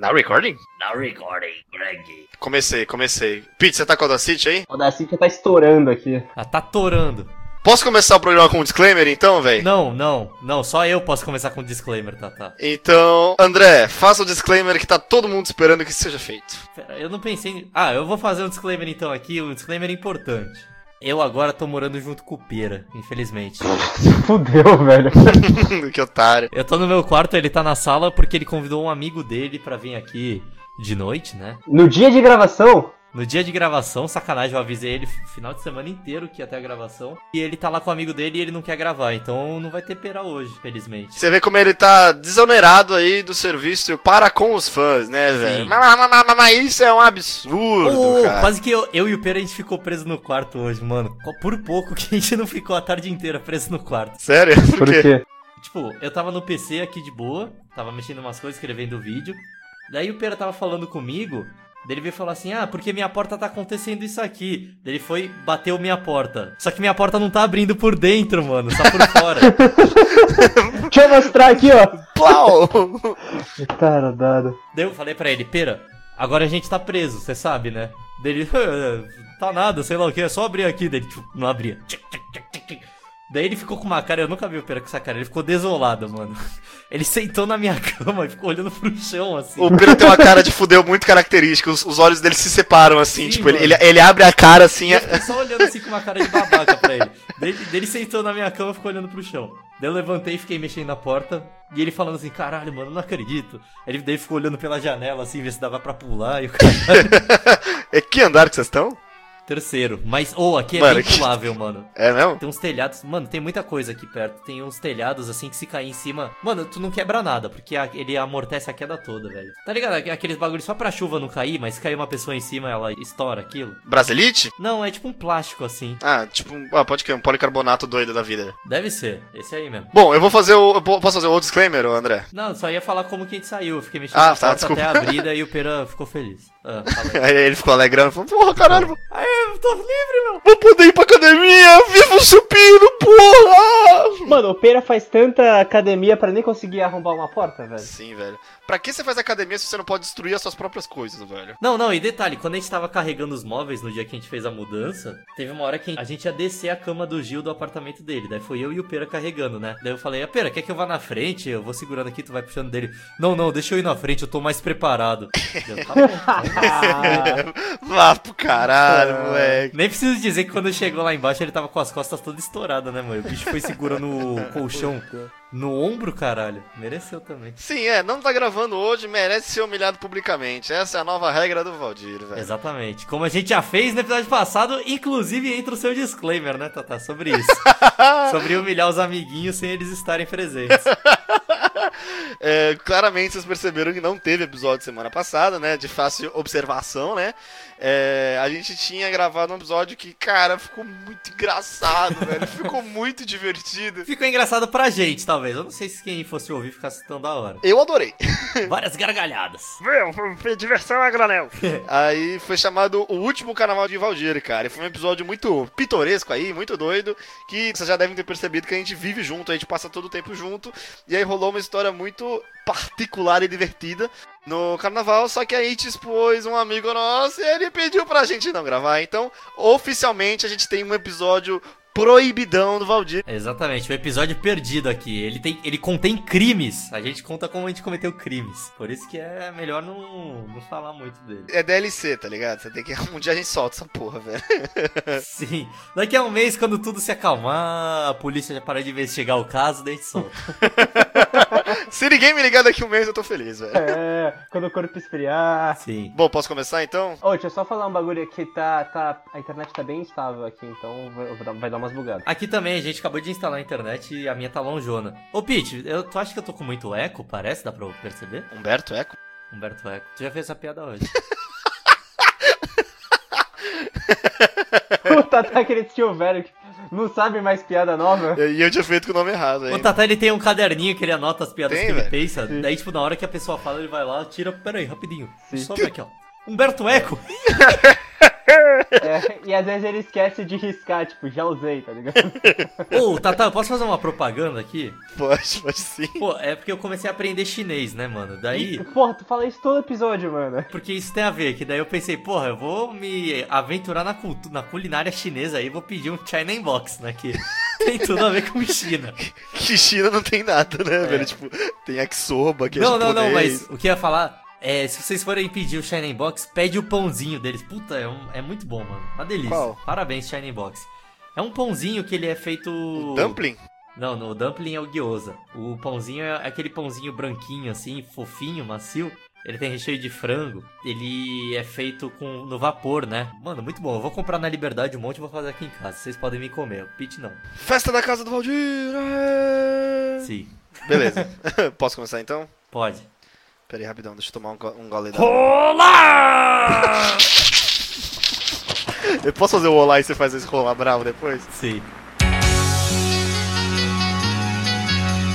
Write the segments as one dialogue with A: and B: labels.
A: Now recording?
B: Now recording, Greg.
A: Comecei, comecei. Pete, você tá com a Audacity aí?
C: O Audacity tá estourando aqui.
D: Ah, tá torando.
A: Posso começar o programa com um disclaimer então, véi?
D: Não, não, não, só eu posso começar com um disclaimer, tá, tá.
A: Então, André, faça o disclaimer que tá todo mundo esperando que seja feito.
D: Pera, eu não pensei. em- Ah, eu vou fazer um disclaimer então aqui, um disclaimer importante. Eu agora tô morando junto com o Pera, infelizmente.
C: Fudeu, velho.
A: que otário.
D: Eu tô no meu quarto, ele tá na sala porque ele convidou um amigo dele pra vir aqui de noite, né?
C: No dia de gravação,
D: No dia de gravação, sacanagem, eu avisei ele final de semana inteiro que ia ter a gravação. E ele tá lá com o amigo dele e ele não quer gravar, então não vai ter pera hoje, felizmente.
A: Você vê como ele tá desonerado aí do serviço para com os fãs, né, velho?
D: Sim.
A: Mas, mas, mas, mas, mas isso é um absurdo,
D: Ô,
A: cara.
D: quase que eu, eu e o Pera a gente ficou preso no quarto hoje, mano. Co- Por pouco que a gente não ficou a tarde inteira preso no quarto.
A: Sério?
C: por quê?
D: Tipo, eu tava no PC aqui de boa, tava mexendo umas coisas, escrevendo vídeo. Daí o Pera tava falando comigo, daí ele veio falar assim: Ah, porque minha porta tá acontecendo isso aqui. Daí ele foi, bateu minha porta. Só que minha porta não tá abrindo por dentro, mano, tá por fora.
C: Deixa eu mostrar aqui, ó.
A: Plau!
C: Cara, dado.
D: Daí eu falei pra ele, pera, agora a gente tá preso, você sabe, né? Daí ele, "Ah, tá nada, sei lá o que, é só abrir aqui. Daí ele, tipo, não abria. Tchic, tchic, tchic, tchic, tchic. Daí ele ficou com uma cara, eu nunca vi o Pera com essa cara, ele ficou desolado, mano. Ele sentou na minha cama e ficou olhando pro chão, assim.
A: o Pedro tem uma cara de fudeu muito característica, os, os olhos dele se separam assim,
D: Sim,
A: tipo, ele,
D: mano.
A: ele, ele abre a cara assim,
D: E eu
A: é-
D: fiquei só olhando assim com uma cara de babaca pra ele. Daí, daí ele sentou na minha cama e ficou olhando pro chão. Daí eu levantei e fiquei mexendo na porta. E ele falando assim, caralho, mano, não acredito. Ele daí ficou olhando pela janela, assim, ver se dava pra pular. E o cara...
A: é que andar que vocês estão?
D: Terceiro. Mas, ou aqui é
A: Mano,
D: bem
A: que-
D: pulável, mano.
A: É mesmo?
D: Tem uns telhados, mano, tem muita coisa aqui perto. Tem uns telhados assim que se cair em cima. Mano, tu não quebra nada, porque a- ele amortece a queda toda, velho. Tá ligado? Aqu- Aqueles bagulhos só pra chuva não cair, mas se cair uma pessoa em cima, ela estoura aquilo.
A: Brasilite?
D: Não, é tipo um plástico assim.
A: Ah, tipo, um- ah, pode que um policarbonato doido da vida.
D: Deve ser, esse aí mesmo.
A: Bom, eu vou fazer o. eu po- Posso fazer o outro disclaimer, ô, André?
D: Não, só ia falar como que a gente saiu. Eu fiquei mexendo
A: Ah,
D: na
A: tá,
D: porta
A: desculpa.
D: até a abrida e o Pera ficou feliz. Ah, fala aí.
A: Aí ele ficou alegrando, falou, porra, caralho, vou-
D: Aê, eu tô livre, meu!
A: vou poder ir pra academia, vivo supino, porra!
C: Mano, o Pera faz tanta academia pra nem conseguir arrombar uma porta, velho.
A: Sim, velho. Pra que você faz academia se você não pode destruir as suas próprias coisas, velho?
D: Não, não, e detalhe, quando a gente tava carregando os móveis no dia que a gente fez a mudança, teve uma hora que a gente ia descer a cama do Gil do apartamento dele. Daí foi eu e o Pera carregando, né? Daí eu falei, ah, Pera, quer que eu vá na frente? Eu vou segurando aqui, tu vai puxando dele. Não, não, deixa eu ir na frente, eu tô mais preparado. Deu, tá bom.
C: Ah,
A: Vá pro caralho, moleque.
D: Nem preciso dizer que quando chegou lá embaixo ele tava com as costas todas estouradas, né, mano? O bicho foi segurando o colchão no ombro, caralho. Mereceu também.
A: Sim, é, não tá gravando hoje, merece ser humilhado publicamente. Essa é a nova regra do Valdir, velho.
D: Exatamente. Como a gente já fez no episódio passado, inclusive entra o seu disclaimer, né, Tata? Sobre isso. sobre humilhar os amiguinhos sem eles estarem presentes.
A: É, claramente vocês perceberam que não teve episódio semana passada, né? De fácil observação, né? É, a gente tinha gravado um episódio que, cara, ficou muito engraçado, velho. Ficou muito divertido.
D: Ficou engraçado pra gente, talvez. Eu não sei se quem fosse ouvir ficasse tão da hora.
A: Eu adorei.
D: Várias gargalhadas.
A: Aí foi chamado O Último Carnaval de Valdir, cara. E foi um episódio muito pitoresco aí, muito doido, que vocês já devem ter percebido que a gente vive junto, a gente passa todo o tempo junto. E aí rolou uma história muito particular e divertida no carnaval, só que a gente expôs um amigo nosso e ele pediu pra gente não gravar. Então, oficialmente, a gente tem um episódio proibidão do Valdir.
D: Exatamente, o episódio perdido aqui. Ele, tem, ele contém crimes. A gente conta como a gente cometeu crimes. Por isso que é melhor não, não falar muito dele.
A: É DLC, tá ligado? Você tem que. Um dia a gente solta essa porra, velho.
D: Sim. Daqui a um mês, quando tudo se acalmar, a polícia já parar de investigar o caso, daí a gente solta.
A: Se ninguém me ligar daqui a um mês, eu tô feliz, velho.
C: é, quando o corpo esfriar.
D: Sim.
A: Bom, posso começar então?
C: Ô, deixa eu só falar um bagulho aqui, tá, tá, a internet tá bem instável aqui, então vai, vai dar umas bugadas.
D: Aqui também, a gente acabou de instalar a internet e a minha tá lonjona. Ô, Pete, eu, tu acha que eu tô com muito eco? Parece, dá pra eu perceber?
A: Humberto Eco?
D: Humberto Eco. Tu já fez essa piada hoje.
C: O Tata, Tá, aquele tio velho que não sabe mais piada nova.
A: E eu tinha feito com o nome errado,
D: o
A: hein?
D: Tata, ele tem um caderninho que ele anota as piadas
A: Tem,
D: que ele
A: velho.
D: pensa.
C: Sim.
D: Daí, tipo, na hora que a pessoa fala, ele vai lá, tira. Pera aí, rapidinho.
C: Sim.
D: Sobe aqui, ó. Humberto Eco.
C: É, e às vezes ele esquece de riscar, tipo, já usei, tá ligado?
A: É.
D: Ô, Tata, eu posso fazer uma propaganda aqui?
A: Pode, pode sim.
D: Pô, é porque eu comecei a aprender chinês, né, mano? Daí.
C: Porra, tu fala isso todo episódio, mano.
D: Porque isso tem a ver, que daí eu pensei, porra, eu vou me aventurar na, cultu- na culinária chinesa aí, vou pedir um China Inbox, né? Que tem tudo a ver com China.
A: Que China não tem nada, né, velho? Tipo, tem Aksoba, que é
D: É. não, não, não,
A: japonês.
D: mas o que eu ia falar é, se vocês forem pedir o China Inbox, pede o pãozinho deles. Puta, é, um- é muito bom, mano. Uma delícia.
A: Qual?
D: Parabéns, China Inbox. É um pãozinho que ele é feito...
A: Dumpling?
D: Não, não, o dumpling é o gyoza. O pãozinho é aquele pãozinho branquinho, assim, fofinho, macio. Ele tem recheio de frango. Ele é feito com no vapor, né? Mano, muito bom. Eu vou comprar na Liberdade um monte e vou fazer aqui em casa. Vocês podem me comer. O Pete não.
A: Festa da casa do Valdir! é!
D: Sim,
A: Beleza. Posso começar então?
D: pode.
A: Pera aí, rapidão, deixa eu tomar um, go- um gole da...
D: Olá!
A: Eu posso fazer o olá e você faz esse rolar bravo depois?
D: Sim.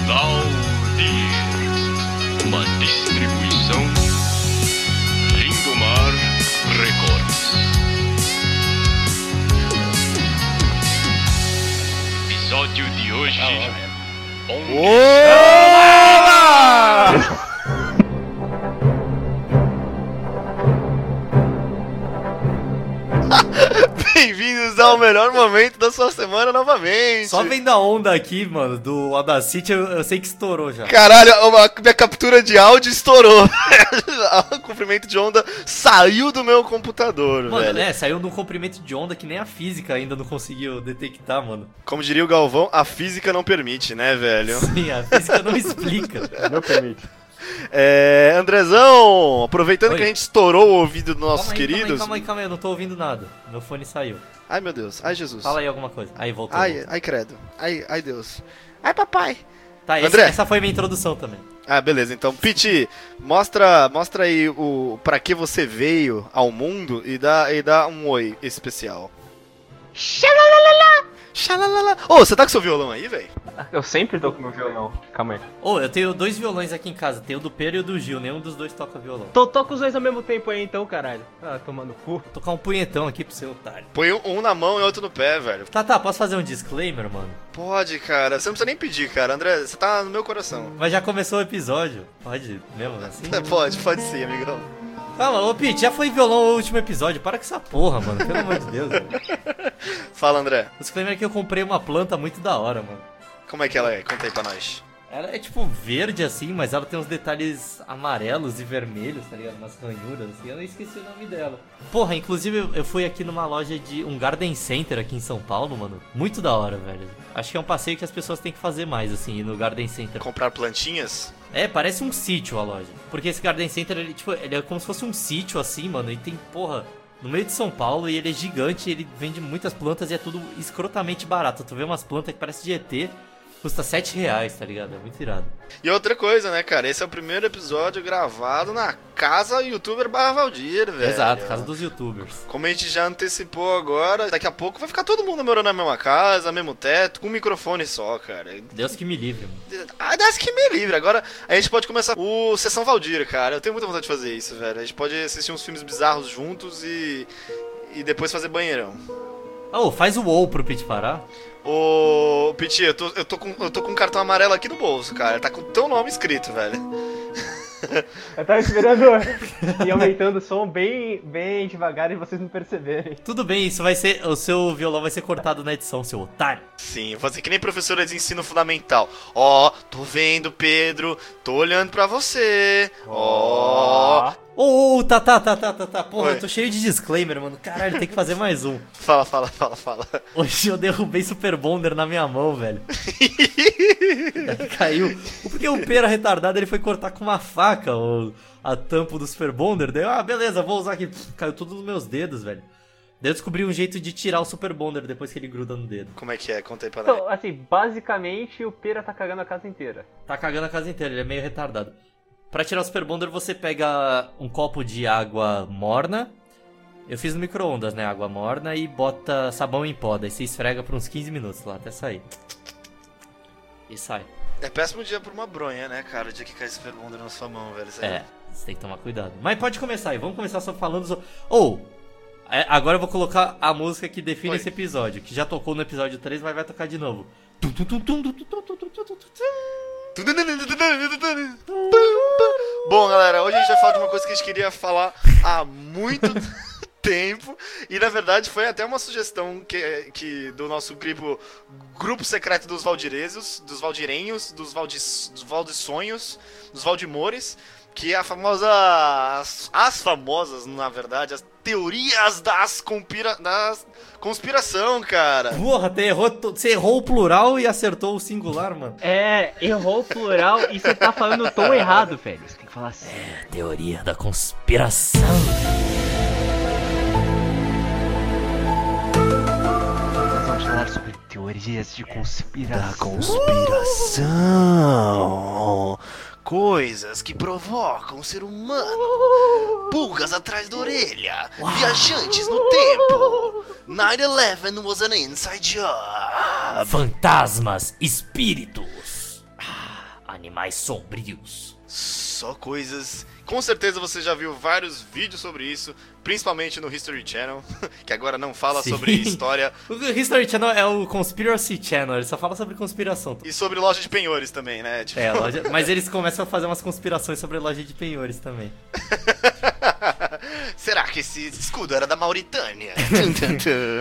E: Valdir. Uma distribuição Lindomar Records. Episódio de hoje. Bom
A: Olá! Bem-vindos ao melhor momento da sua semana novamente.
D: Só vendo a onda aqui, mano, do Audacity, eu, eu sei que estourou já.
A: Caralho, a- a minha captura de áudio estourou. o comprimento de onda saiu do meu computador,
D: Mano,
A: velho.
D: né? Saiu num comprimento de onda que nem a física ainda não conseguiu detectar, mano.
A: Como diria o Galvão, a física não permite, né, velho?
D: Sim, a física não explica.
C: Não permite.
A: É, Andrezão, aproveitando
D: Oi.
A: que a gente estourou o ouvido dos nossos
D: calma aí,
A: queridos.
D: Calma aí, calma aí, calma aí, eu não tô ouvindo nada. Meu fone saiu.
A: Ai, meu Deus. Ai, Jesus.
D: Fala aí alguma coisa. Aí, voltou.
A: Ai, ai, credo. Ai, ai, Deus. Ai, papai.
D: Tá, esse-
A: André.
D: essa foi minha introdução também.
A: Ah, beleza. Então, Pete, mostra, mostra aí o para que você veio ao mundo e dá, e dá um oi especial. Xalalala! Xalalala! Ô, você tá com seu violão aí, velho?
C: Eu sempre tô com meu violão. Calma aí.
D: Ô, eu tenho dois violões aqui em casa. Tem o do Pedro e o do Gil. Nenhum dos dois toca violão.
C: Tô, tô com os dois ao mesmo tempo aí então, caralho. Ah, tomando cu.
D: Vou tocar um punhetão aqui pro seu otário.
A: Põe um, um na mão e outro no pé, velho.
D: Tá, tá, posso fazer um disclaimer, mano?
A: Pode, cara. Você não precisa nem pedir, cara. André, você tá no meu coração.
D: Mas já começou o episódio. Pode mesmo assim?
A: Pode, pode sim, amigão.
D: Calma, ô Pete, já foi violão o último episódio. Para com essa porra, mano. Pelo amor de Deus. velho.
A: Fala, André.
D: O disclaimer é que eu comprei uma planta muito da hora, mano.
A: Como é que ela é? Conta aí pra nós.
D: Ela é tipo verde assim, mas ela tem uns detalhes amarelos e vermelhos, tá ligado? Umas ranhuras assim. Eu esqueci o nome dela. Porra, inclusive eu- eu fui aqui numa loja de um garden center aqui em São Paulo, mano. Muito da hora, velho. Acho que é um passeio que as pessoas têm que fazer mais, assim, ir no garden center.
A: Comprar plantinhas?
D: É, parece um sítio a loja. Porque esse garden center, ele, tipo, ele é como se fosse um sítio assim, mano. E tem, porra. No meio de São Paulo, e ele é gigante, ele vende muitas plantas e é tudo escrotamente barato. Tu vê umas plantas que parece de ET, custa 7 reais, tá ligado? É muito irado.
A: E outra coisa, né, cara? Esse é o primeiro episódio gravado na casa youtuber barra Valdir, velho.
D: Exato, casa dos youtubers.
A: Como a gente já antecipou agora, daqui a pouco vai ficar todo mundo morando na mesma casa, mesmo teto, com um microfone só, cara.
D: Deus que me livre, mano.
A: Ah, das que me livre. Agora a gente pode começar o Sessão Valdir, cara. Eu tenho muita vontade de fazer isso, velho. A gente pode assistir uns filmes bizarros juntos e. e depois fazer banheirão.
D: Ô, faz o WoW pro Pete parar.
A: Ô, Piti, eu tô, eu, tô com, eu tô com um cartão amarelo aqui no bolso, cara. Tá com o teu nome escrito, velho.
C: Eu tava esperando e aumentando o som bem, bem devagar e vocês não perceberem.
D: Tudo bem, isso vai ser. O seu violão vai ser cortado na edição, seu otário.
A: Sim, eu vou fazer que nem professora de ensino fundamental. Ó, tô vendo, Pedro, tô olhando pra você. Ó.
D: Ô, ô, tá, tá, tá, tá, tá, tá. Porra,
A: Oi.
D: eu tô cheio de disclaimer, mano. Caralho, tem que fazer mais um.
A: Fala, fala, fala, fala.
D: Hoje eu derrubei Super Bonder na minha mão, velho. Daí Caiu. Porque o Pera retardado ele foi cortar com uma faca o, a tampa do Super Bonder. Daí, eu, ah, beleza, vou usar aqui. Caiu tudo nos meus dedos, velho. Daí eu descobri um jeito de tirar o Super Bonder depois que ele gruda no dedo.
A: Como é que é? Conta aí pra nós.
C: Então, assim, basicamente o Pera tá cagando a casa inteira.
D: Tá cagando a casa inteira, ele é meio retardado. Pra tirar o Super Bonder, você pega um copo de água morna. Eu fiz no micro-ondas, né? Água morna e bota sabão em pó. Daí você esfrega por uns 15 minutos lá até sair. E sai.
A: É péssimo dia pra uma bronha, né, cara? O dia que cai esse pergunta na sua mão, velho. Isso aí-
D: É, você tem que tomar cuidado. Mas pode começar aí, vamos começar só falando. so- Ou, É, agora eu vou colocar a música que define esse episódio, que já tocou no episódio 3, mas vai tocar de novo. Tum, tum, tum, tum, tum, tum, tum, tum, tum, tum, tum, tum.
A: Bom, galera, hoje a gente vai falar de uma coisa que a gente queria falar há muito tempo. E na verdade foi até uma sugestão que, que do nosso grupo Grupo Secreto dos Valdirezos, dos Valdirenhos, dos, Valdis, dos Valdissonhos, dos Valdimores, que é a famosa. As, as famosas, na verdade, as teorias das, conspira, das conspiração, cara.
D: Porra, você errou, to- você errou o plural e acertou o singular, mano.
C: É, errou o plural e você tá falando o tom errado, velho. Você tem que falar assim.
D: Teoria da conspiração.
C: Nós vamos falar sobre teorias de conspiração.
A: Conspiração. Coisas que provocam o ser humano. Pulgas atrás da orelha. Viajantes no tempo. 9-11 was an inside job.
D: Fantasmas, espíritos, Ah, animais sombrios.
A: Só coisas. Com certeza você já viu vários vídeos sobre isso, principalmente no History Channel, que agora não fala
D: Sim.
A: sobre história
D: O History Channel é o Conspiracy Channel, ele só fala sobre conspiração.
A: e sobre loja de penhores também, né? Tipo,
D: É, a loja... mas eles começam a fazer umas conspirações sobre a loja de penhores também.
A: Será que esse escudo era da Mauritânia?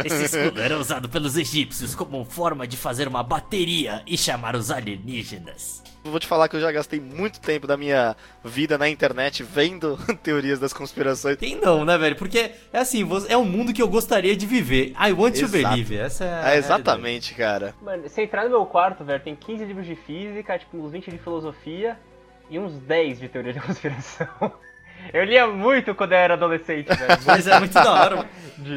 D: Esse escudo era usado pelos egípcios como forma de fazer uma bateria e chamar os alienígenas.
A: Vou te falar que eu já gastei muito tempo da minha vida na internet vendo teorias das conspirações.
D: Quem não, né, velho? Porque é assim, vo- é um mundo que eu gostaria de viver. I want to
A: Exato.
D: believe. Essa é a
A: É,
D: realidade.
A: exatamente, cara.
C: Mano, se entrar no meu quarto, velho, tem 15 livros de física, tipo, uns 20 de filosofia e uns 10 de teoria de conspiração. Eu lia muito quando eu era adolescente, velho.
D: Mas é muito da hora. mano.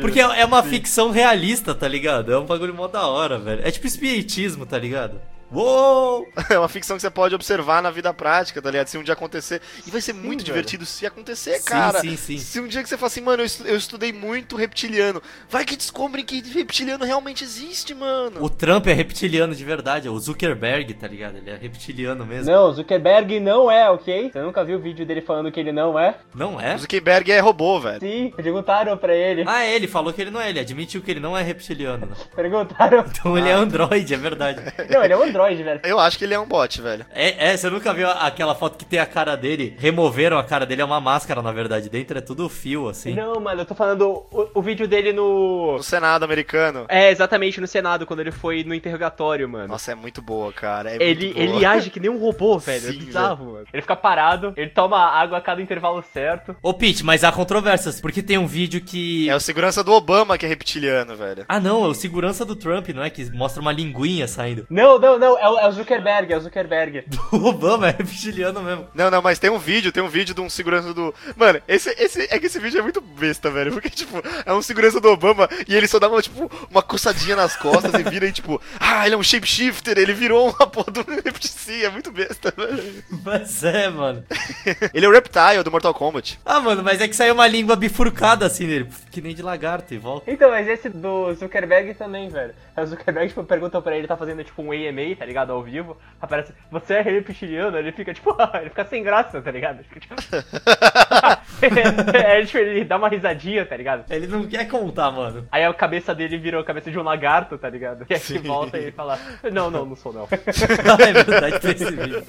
D: Porque é é uma ficção realista, tá ligado? É um bagulho mó da hora, velho. É tipo espiritismo, tá ligado? Uou!
A: É uma ficção que você pode observar na vida prática, tá ligado? Se um dia acontecer. E vai ser muito
C: velho.
A: divertido se
C: É,
A: acontecer, cara.
D: Sim, sim, sim.
A: Se um dia que você fala assim, mano, eu estu- eu estudei muito reptiliano, vai que descobrem que reptiliano realmente existe, mano.
D: O Trump é reptiliano de verdade, é o Zuckerberg, tá ligado? Ele é reptiliano mesmo.
C: Não, Zuckerberg não é, ok? Você nunca viu o vídeo dele falando que ele não é?
D: Não,
A: O
D: é?
A: Zuckerberg é robô, velho.
C: Sim, perguntaram pra ele.
D: Ah, é, ele falou que ele não é, ele admitiu que ele não é reptiliano. né?
C: Perguntaram.
D: Então ele é
C: Ah.
D: androide, é verdade.
C: Não, ele é um androide, velho.
A: Eu acho que ele é um bot, velho.
D: É, é, você nunca viu a- aquela foto que tem a cara dele? Removeram a cara dele, é uma máscara, na verdade. Dentro é tudo fio, assim.
C: Não, mano, eu tô falando o, o vídeo dele no.
A: No Senado americano.
C: É, exatamente, no Senado, quando ele foi no interrogatório, mano.
A: Nossa, é muito boa, cara. É
C: Ele,
A: muito boa.
C: ele age que nem um robô, velho.
A: Sim,
C: é bizarro, mano. Ele fica parado, ele toma água a cada intervalo certo.
D: Ô, Pete, mas há controvérsias, porque tem um vídeo que.
A: É o segurança do Obama que é reptiliano, velho.
D: Ah, não, é o segurança do Trump, não é? Que mostra uma linguinha saindo.
C: Não, não, não, é o, é o Zuckerberg, é o Zuckerberg.
D: O Obama é reptiliano mesmo.
A: Não, não, mas tem um vídeo, tem um vídeo de um segurança do. Mano, esse, esse, é que esse vídeo é muito besta, velho. Porque, tipo, é um segurança do Obama e ele só dá uma, tipo, uma coçadinha nas costas e vira e, tipo, ah, ele é um shapeshifter, ele virou uma porra do Repticia, é muito besta, velho.
D: Mas é, mano.
A: Ele é o Reptile do Mortal Kombat.
D: Ah, mano, mas é que saiu uma língua bifurcada assim dele, que nem de lagarto e volta.
C: Então, mas esse do Zuckerberg também, velho. O Zuckerberg, tipo, pergunta pra ele, tá fazendo tipo um AMA, tá ligado? Ao vivo. Aparece, você é reptiliano? Ele fica, tipo, ele fica sem graça, tá ligado? Ele fica, tipo... é, tipo, ele dá uma risadinha, tá ligado?
D: Ele não quer contar, mano.
C: Aí a cabeça dele virou a cabeça de um lagarto, tá ligado? E aí ele volta e ele fala, não, não, não sou não.
D: Ah, é verdade, tem esse vídeo.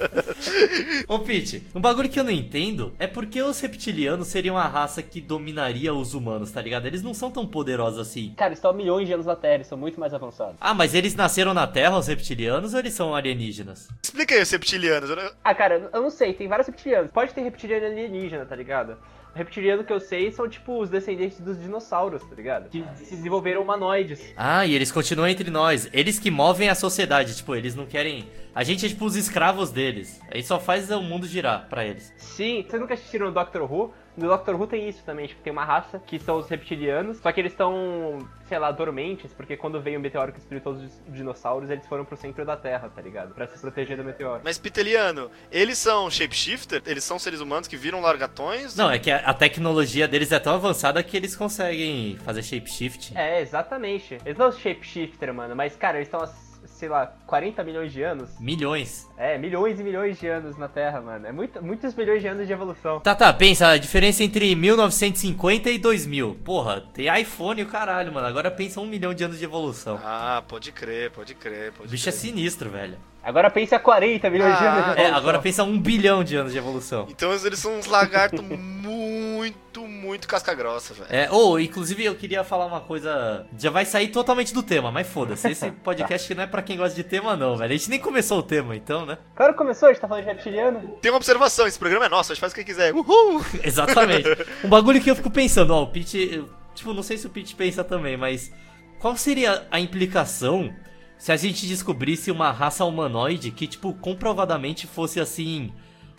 D: Ô, Pete, um bagulho que eu não entendo é porque os reptilianos seriam a raça que dominaria os humanos, tá ligado? Eles não são tão poderosos assim.
C: Cara, eles estão há milhões de anos na Terra, eles são muito mais avançados.
D: Ah, mas eles nasceram na Terra, os reptilianos, ou eles são alienígenas?
A: Explica aí os reptilianos. eu não-
C: Ah, cara, eu eu não sei, tem vários reptilianos. Pode ter reptiliano alienígena, tá ligado? O reptiliano que eu sei são, tipo, os descendentes dos dinossauros, tá ligado? Que se desenvolveram humanoides.
D: Ah, e eles continuam entre nós. Eles que movem a sociedade, tipo, eles não querem. A gente é tipo os escravos deles. A gente só faz o mundo girar pra eles.
C: Sim, vocês nunca assistiram o Doctor Who? No Doctor Who tem isso também, tipo, tem uma raça que são os reptilianos, só que eles estão, sei lá, dormentes, porque quando veio o meteoro que destruiu todos os dinossauros, eles foram pro centro da Terra, tá ligado? Pra se proteger do meteoro.
A: Mas, Piteliano, eles são shapeshifter? Eles são seres humanos que viram largatões?
D: Não, é que a, a tecnologia deles é tão avançada que eles conseguem fazer shapeshift.
C: É, exatamente. Eles não são shapeshifter, mano, mas, cara, eles estão sei lá, 40 milhões de anos.
D: Milhões.
C: É, milhões e milhões de anos na Terra, mano. É muito, muitos milhões de anos de evolução.
D: Tá, tá, pensa, a diferença entre 1950 e 2000. Porra, tem iPhone e o caralho, mano. Agora pensa um milhão de anos de evolução.
A: Ah, pode crer, pode crer,
D: O
A: pode
D: bicho é
A: crer.
D: sinistro, velho.
C: Agora pensa 40 milhões de
A: Ah,
C: anos de
D: É,
C: evolução.
D: agora pensa um bilhão de anos de evolução.
A: Então eles são uns lagartos muito, muito casca grossa, velho.
D: É, ou, inclusive, eu queria falar uma coisa. Já vai sair totalmente do tema, mas foda-se. Esse podcast não é pra quem gosta de tema, não, velho. A gente nem começou o tema, então, né?
C: Claro que começou, a gente tá falando de reptiliano.
A: Tem uma observação, esse programa é nosso, a gente faz o que quiser. Uhul!
D: Exatamente. Um bagulho que eu fico pensando, ó, o Pete. eu- Tipo, não sei se o Pete pensa também, mas. Qual seria a implicação se a gente descobrisse uma raça humanoide que, tipo, comprovadamente fosse assim.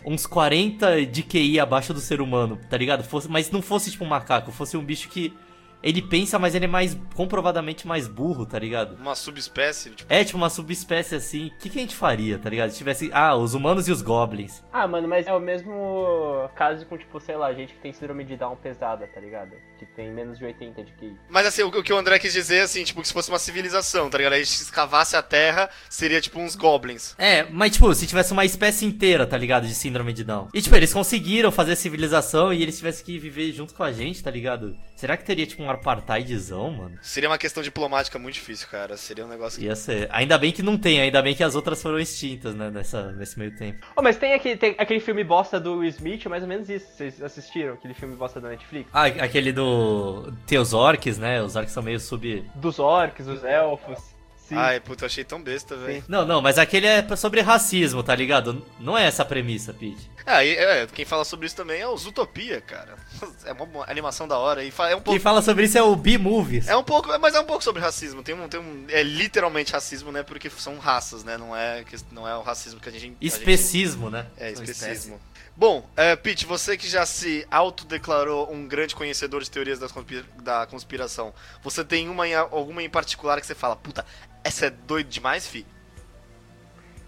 D: Uns 40 de QI abaixo do ser humano, tá ligado? Fosse, mas não fosse tipo um macaco, fosse um bicho que. Ele pensa, mas ele é mais. comprovadamente mais burro, tá ligado?
A: Uma subespécie, tipo,
D: É tipo uma subespécie assim. O que, que a gente faria, tá ligado? Se tivesse. Ah, os humanos e os goblins.
C: Ah, mano, mas é o mesmo caso com, tipo, sei lá, gente que tem síndrome de Down pesada, tá ligado? Que tem menos de 80 de QI.
A: Mas assim, o o que o André quis dizer, assim, tipo, que se fosse uma civilização, tá ligado? Aí se escavasse a terra, seria tipo uns goblins.
D: É, mas tipo, se tivesse uma espécie inteira, tá ligado? De síndrome de Down. E tipo, eles conseguiram fazer civilização e eles tivessem que viver junto com a gente, tá ligado? Será que teria tipo um apartheidzão, mano?
A: Seria uma questão diplomática muito difícil, cara. Seria um negócio que.
D: Ia ser. Ainda bem que não tem, ainda bem que as outras foram extintas, né? Nessa, nesse meio tempo.
C: Oh, mas tem aquele, tem aquele filme bosta do Will Smith, é mais ou menos isso. Vocês assistiram aquele filme bosta da Netflix?
D: Ah, aquele do. Tem os orcs, né? Os orcs são meio sub.
C: Dos orcs, dos elfos. Sim.
A: Ai, puta, eu achei tão besta, velho.
D: Não, não, mas aquele é sobre racismo, tá ligado? Não é essa a premissa, Pete.
A: Ah, e, é, quem fala sobre isso também é o Zootopia, cara. É uma boa animação da hora. E fa- é um
D: Quem
A: pouco.
D: fala sobre isso é o B-Movies.
A: É um pouco, mas é um pouco sobre racismo. Tem um, tem um, é literalmente racismo, né? Porque são raças, né? Não é, que- não é o racismo que a gente. a gente-
D: Especismo, né?
A: É,
D: São espécies.
A: especismo. Bom, é, Pete, você que já se autodeclarou um grande conhecedor de teorias das conspi- da conspiração, você tem uma em, alguma em particular que você fala, puta, essa é doido demais, fi?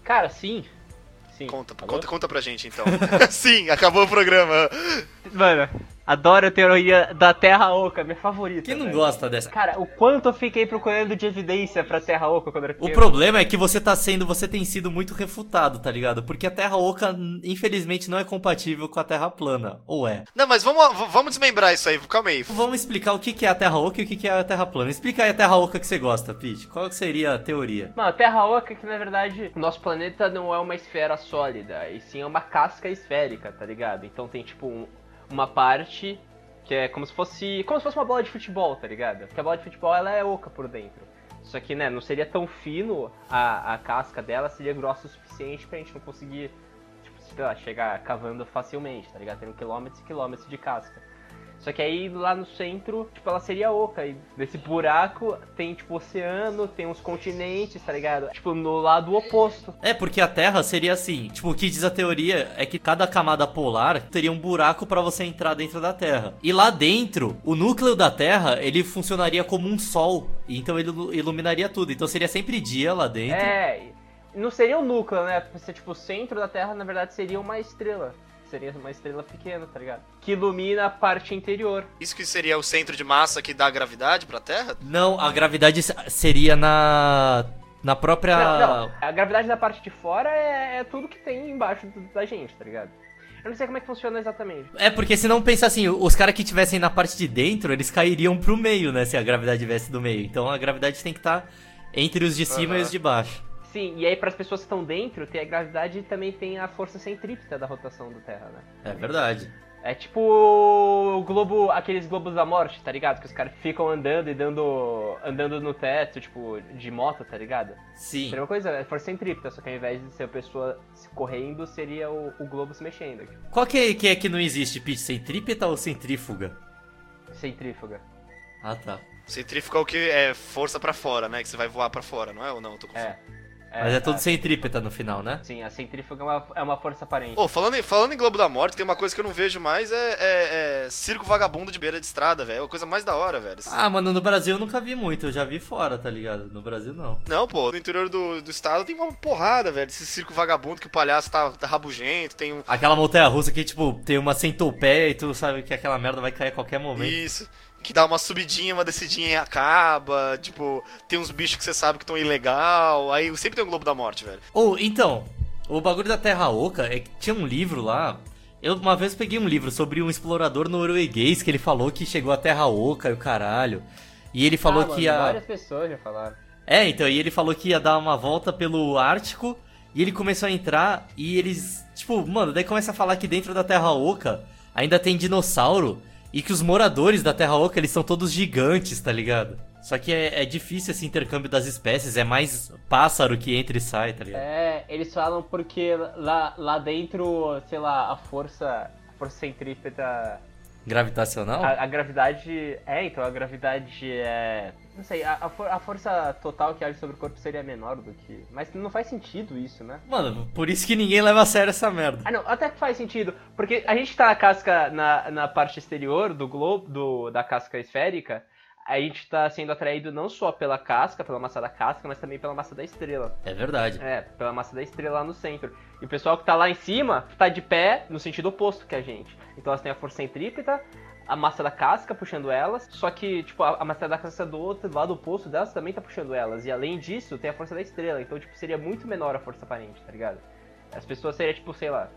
C: Cara, sim. Sim.
A: Conta,
C: Alô?
A: conta, conta pra gente, então. Sim, acabou o programa.
C: Mano, adoro a teoria da Terra Oca, minha favorita.
A: É
D: Quem não
C: velho.
D: gosta dessa?
C: Cara, o quanto eu fiquei procurando de evidência pra Terra Oca quando era
D: O
C: criança.
D: problema é que você tá sendo, você tem sido muito refutado, tá ligado? Porque a Terra Oca, n- infelizmente, não é compatível com a Terra Plana. Ou é?
A: Não, mas vamos, v- vamos desmembrar isso aí, calma aí.
D: Vamos explicar o que que é a Terra Oca e o que que é a Terra Plana. Explica aí a Terra Oca que você gosta, Pete. Qual que seria a teoria?
C: Mano, a Terra Oca é que na verdade o nosso planeta não é uma esfera sólida, e sim é uma casca esférica, tá ligado? Então tem tipo um- uma parte que é como se fosse. como se fosse uma bola de futebol, tá ligado? Porque a bola de futebol ela é oca por dentro. Só que, né, não seria tão fino a, a casca dela, seria grossa o suficiente pra gente não conseguir, tipo, sei lá, chegar cavando facilmente, tá ligado? Tendo quilômetros e quilômetros de casca. Só que aí lá no centro, tipo, ela seria oca. E nesse buraco tem, tipo, oceano, tem uns continentes, tá ligado? Tipo, no lado oposto.
D: É, porque a Terra seria assim, tipo, o que diz a teoria é que cada camada polar teria um buraco pra você entrar dentro da Terra. E lá dentro, o núcleo da Terra, ele funcionaria como um sol, E então ele ilu- iluminaria tudo. Então seria sempre dia lá dentro.
C: É. e Não seria o núcleo, né? Porque, tipo, o centro da Terra, na verdade, seria uma estrela. Seria uma estrela pequena, tá ligado? Que ilumina a parte interior.
A: Isso que seria o centro de massa que dá gravidade pra Terra?
D: Não, a gravidade se- seria na. Na própria.
C: Não, não. A gravidade da parte de fora é, é tudo que tem embaixo do- da gente, tá ligado? Eu não sei como é que funciona exatamente.
D: É, porque se não pensa assim, os caras que tivessem na parte de dentro, eles cairiam pro meio, né? Se a gravidade viesse do meio. Então a gravidade tem que estar entre os de cima e os de baixo.
C: Sim, e aí para as pessoas que estão dentro, tem a gravidade e também tem a força centrípeta da rotação da Terra, né?
D: É verdade.
C: É tipo o globo, aqueles globos da morte, tá ligado? Que os caras ficam andando e dando, andando no teto, tipo, de moto, tá ligado?
D: Sim.
C: Seria uma coisa, é força centrípeta, só que ao invés de ser a pessoa se correndo, seria o, o globo se mexendo.
D: Qual que é que, é que não existe, Pete? Centrípeta ou centrífuga?
C: Centrífuga.
D: Ah, tá.
A: Centrífuga é o que é força pra fora, né? Que você vai voar pra fora, não é? Ou não? Eu tô confuso.
C: É.
D: Mas é todo
C: a-
D: centrípeta no final, né?
C: Sim, a centrífuga é uma, é uma força aparente.
A: Ô, falando, em, falando em Globo da Morte, tem uma coisa que eu não vejo mais, é, é- é circo vagabundo de beira de estrada, velho. É a coisa mais da hora, velho.
D: Ah, mano, no Brasil eu nunca vi muito, eu já vi fora, tá ligado? No Brasil não.
A: Não, pô, no interior do, do estado tem uma porrada, velho. Esse circo vagabundo que o palhaço tá, tá rabugento, tem um.
D: Aquela montanha russa que, tipo, tem uma centopeia e tu sabe que aquela merda vai cair a qualquer momento.
A: Isso. que dá uma subidinha, uma descidinha e acaba. Tipo, tem uns bichos que você sabe que estão ilegal. Aí sempre tem um Globo da Morte, velho.
D: Ou, então, o bagulho da Terra Oca é que tinha um livro lá. Eu uma vez peguei um livro sobre um explorador norueguês que ele falou que chegou à Terra Oca e o caralho. E ele falou
C: Ah, mano,
D: que a.
C: Várias pessoas já falaram.
D: É, então, e ele falou que ia dar uma volta pelo Ártico, e ele começou a entrar, e eles, tipo, mano, daí começa a falar que dentro da Terra Oca ainda tem dinossauro, e que os moradores da Terra Oca, eles são todos gigantes, tá ligado? Só que é, é difícil esse intercâmbio das espécies, é mais pássaro que entra e sai, tá ligado?
C: É, eles falam porque lá, lá dentro, sei lá, a força. A força centrípeta.
D: Gravitacional?
C: A, a gravidade. É, então a gravidade é. Não sei, a, a, for- a força total que age sobre o corpo seria menor do que. Mas não faz sentido isso, né?
D: Mano, por isso que ninguém leva a sério essa merda.
C: Ah não, até que faz sentido, porque a gente tá na casca na, na parte exterior do globo, do, da casca esférica, a gente tá sendo atraído não só pela casca, pela massa da casca, mas também pela massa da estrela.
D: É verdade.
C: É, pela massa da estrela lá no centro. E o pessoal que tá lá em cima tá de pé no sentido oposto que a gente. Então elas têm a força centrípeta, a massa da casca puxando elas, só que, tipo, a, a massa da casca do outro lado oposto delas também tá puxando elas. E além disso, tem a força da estrela. Então, tipo, seria muito menor a força aparente, tá ligado? As pessoas seriam, tipo, sei lá,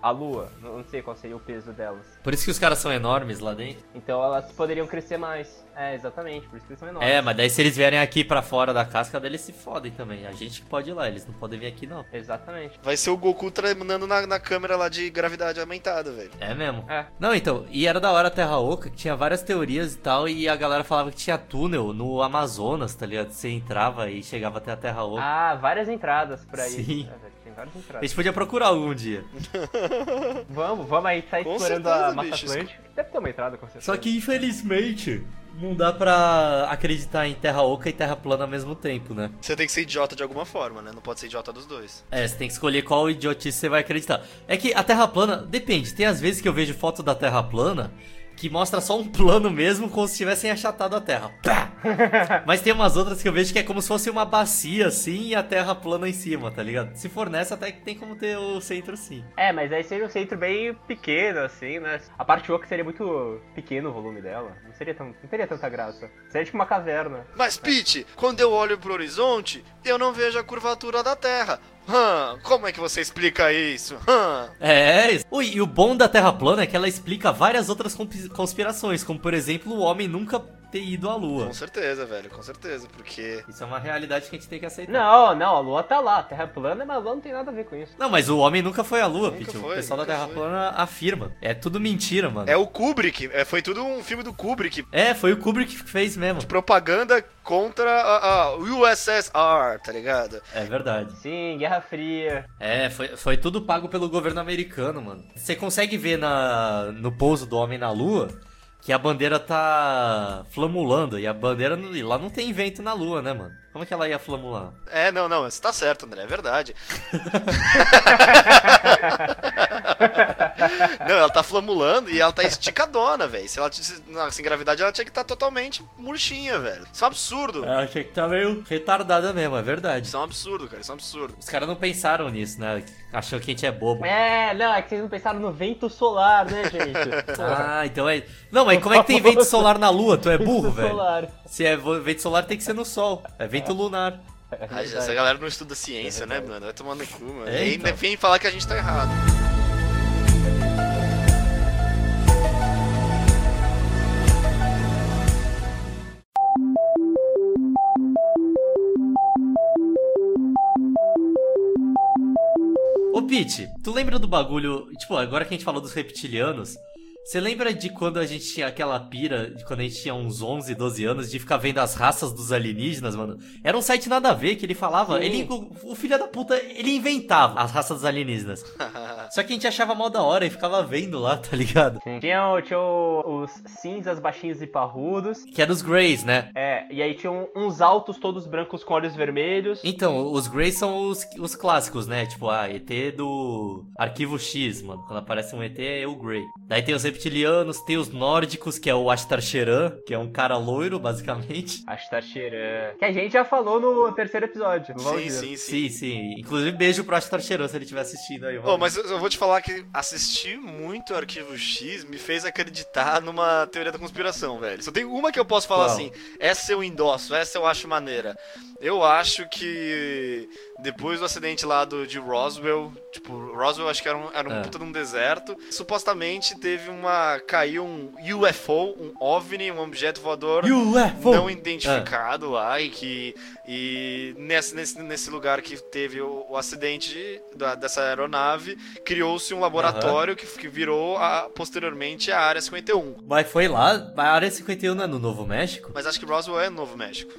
C: a lua. Não não sei qual seria o peso delas.
D: Por isso que os caras são enormes lá dentro.
C: Então elas poderiam crescer mais. É, exatamente, por isso que eles são enormes.
D: É, mas daí se eles vierem aqui pra fora da casca, daí eles se fodem também. A gente que pode ir lá, eles não podem vir aqui não.
C: Exatamente.
A: Vai ser o Goku treinando na, na câmera lá de gravidade aumentada, velho.
D: É mesmo.
C: É.
D: Não, então, e era da hora a Terra Oca, que tinha várias teorias e tal, e a galera falava que tinha túnel no Amazonas, tá ligado? Você entrava e chegava até a Terra Oca.
C: Ah, várias entradas pra isso.
D: Sim.
C: É, velho, tem várias entradas.
D: A gente podia procurar algum dia.
C: Vamos, vamos aí, sai
A: Com
C: explorando
A: certeza,
C: a Mata
A: bicho.
C: Atlântica. Deve ter uma entrada, com certeza.
D: Só que, infelizmente, não dá pra acreditar em Terra Oca e Terra Plana ao mesmo tempo, né?
A: Você tem que ser idiota de alguma forma, né? Não pode ser idiota dos dois.
D: É, você tem que escolher qual idiotice você vai acreditar. É que a Terra plana, depende, tem às vezes que eu vejo foto da Terra plana que mostra só um plano mesmo, como se tivessem achatado a Terra. Pá! Mas tem umas outras que eu vejo que é como se fosse uma bacia assim e a Terra plana em cima, tá ligado? Se for nessa, até que tem como ter o centro sim.
C: É, mas aí seria um centro bem pequeno, assim, né? A parte oca seria muito pequeno o volume dela. Não seria tão, não teria tanta graça. Seria tipo uma caverna.
A: Mas, Pete, quando eu olho pro horizonte, eu não vejo a curvatura da Terra. Hã, como é que você explica isso? Hã?
D: É, isso. Ui, e o bom da Terra plana é que ela explica várias outras compi- conspirações, como por exemplo o homem nunca ter ido à Lua.
A: Com certeza, velho, com certeza, porque.
D: Isso é uma realidade que a gente tem que aceitar.
C: Não, não, a lua tá lá, a terra é plana, mas a lua não tem nada a ver com isso.
D: Não, mas o homem nunca foi à lua,
A: Nunca
D: Pitch. O
A: foi,
D: pessoal da
A: nunca
D: Terra
A: foi.
D: plana afirma. É tudo mentira, mano.
A: É o Kubrick, é, foi tudo um filme do Kubrick.
D: É, foi o Kubrick que fez mesmo.
A: Propaganda contra a, a USSR, tá ligado?
D: É verdade.
C: Sim, Guerra Fria.
D: É, foi, foi tudo pago pelo governo americano, mano. Você consegue ver na, no pouso do homem na lua que a bandeira tá flamulando. E a bandeira não- e lá não tem vento na lua, né, mano? Como que ela ia flamular?
A: É, não, não, você tá certo, André, é verdade. não, ela tá flamulando e ela tá esticadona, velho. Se ela tivesse- não, sem gravidade, ela tinha que estar totalmente murchinha, velho. Isso é um absurdo.
D: Eu achei que tá meio retardada mesmo, é verdade.
A: Isso é um absurdo, cara, isso é um absurdo.
D: Os caras não pensaram nisso, né? Achou que a gente é bobo.
C: É, não, é que vocês não pensaram no vento solar, né, gente?
D: Ah, então é. Não, mas como é que tem vento solar na lua? Tu é burro,
C: Vento
D: velho?
C: solar.
D: Se é vo- vento solar, tem que ser no sol. É vento lunar.
A: Ah, Essa galera não estuda ciência, né, mano? Vai tomar no cu, mano.
D: É,
A: E ainda
D: então.
A: vem falar que a gente tá errado.
D: Ô, Pete, tu lembra do bagulho. Tipo, agora que a gente falou dos reptilianos. Você lembra de quando a gente tinha aquela pira, de quando a gente tinha uns 11, 12 anos, de ficar vendo as raças dos alienígenas, mano? Era um site nada a ver que ele falava.
C: Sim.
D: Ele, o, o filho da puta, ele inventava as raças dos alienígenas. Só que a gente achava mal da hora e ficava vendo lá, tá ligado?
C: Tinha, o- tinha o- os cinzas, baixinhos e parrudos.
D: Que era os Greys, né?
C: É, e aí tinham uns altos todos brancos com olhos vermelhos.
D: Então, os Greys são os, os clássicos, né? Tipo, ah, ET do Arquivo X, mano. Quando aparece um ET, é o Grey. Daí tem os reptilianos, tem os nórdicos, que é o Ashtar Sheran, que é um cara loiro, basicamente.
C: Acho que tá cheirando. Que a gente já falou no terceiro episódio. não vamos
A: Sim,
C: dizer.
A: sim, sim.
D: Sim, sim. Inclusive, beijo pro Ashtar Sheran se ele estiver assistindo aí.
A: Ô,
D: mano.
A: mas eu eu vou vou te falar que assistir muito Arquivo X me fez acreditar numa teoria da conspiração, velho. Só tem uma que eu posso falar
D: Qual?
A: assim, essa eu endosso, essa eu acho maneira. Eu acho que depois do acidente lá do, de Roswell, tipo, Roswell acho que era um, era um
D: É.
A: puta de um deserto, supostamente teve uma, caiu um UFO, um OVNI, um objeto voador
D: UFO!
A: não identificado lá e que e nesse, nesse, nesse lugar que teve o, o acidente da- dessa aeronave criou-se um laboratório que, que virou a- posteriormente a área 51
D: Mas foi lá, a Área 51 não é no Novo México?
A: mas acho que Roswell é Novo México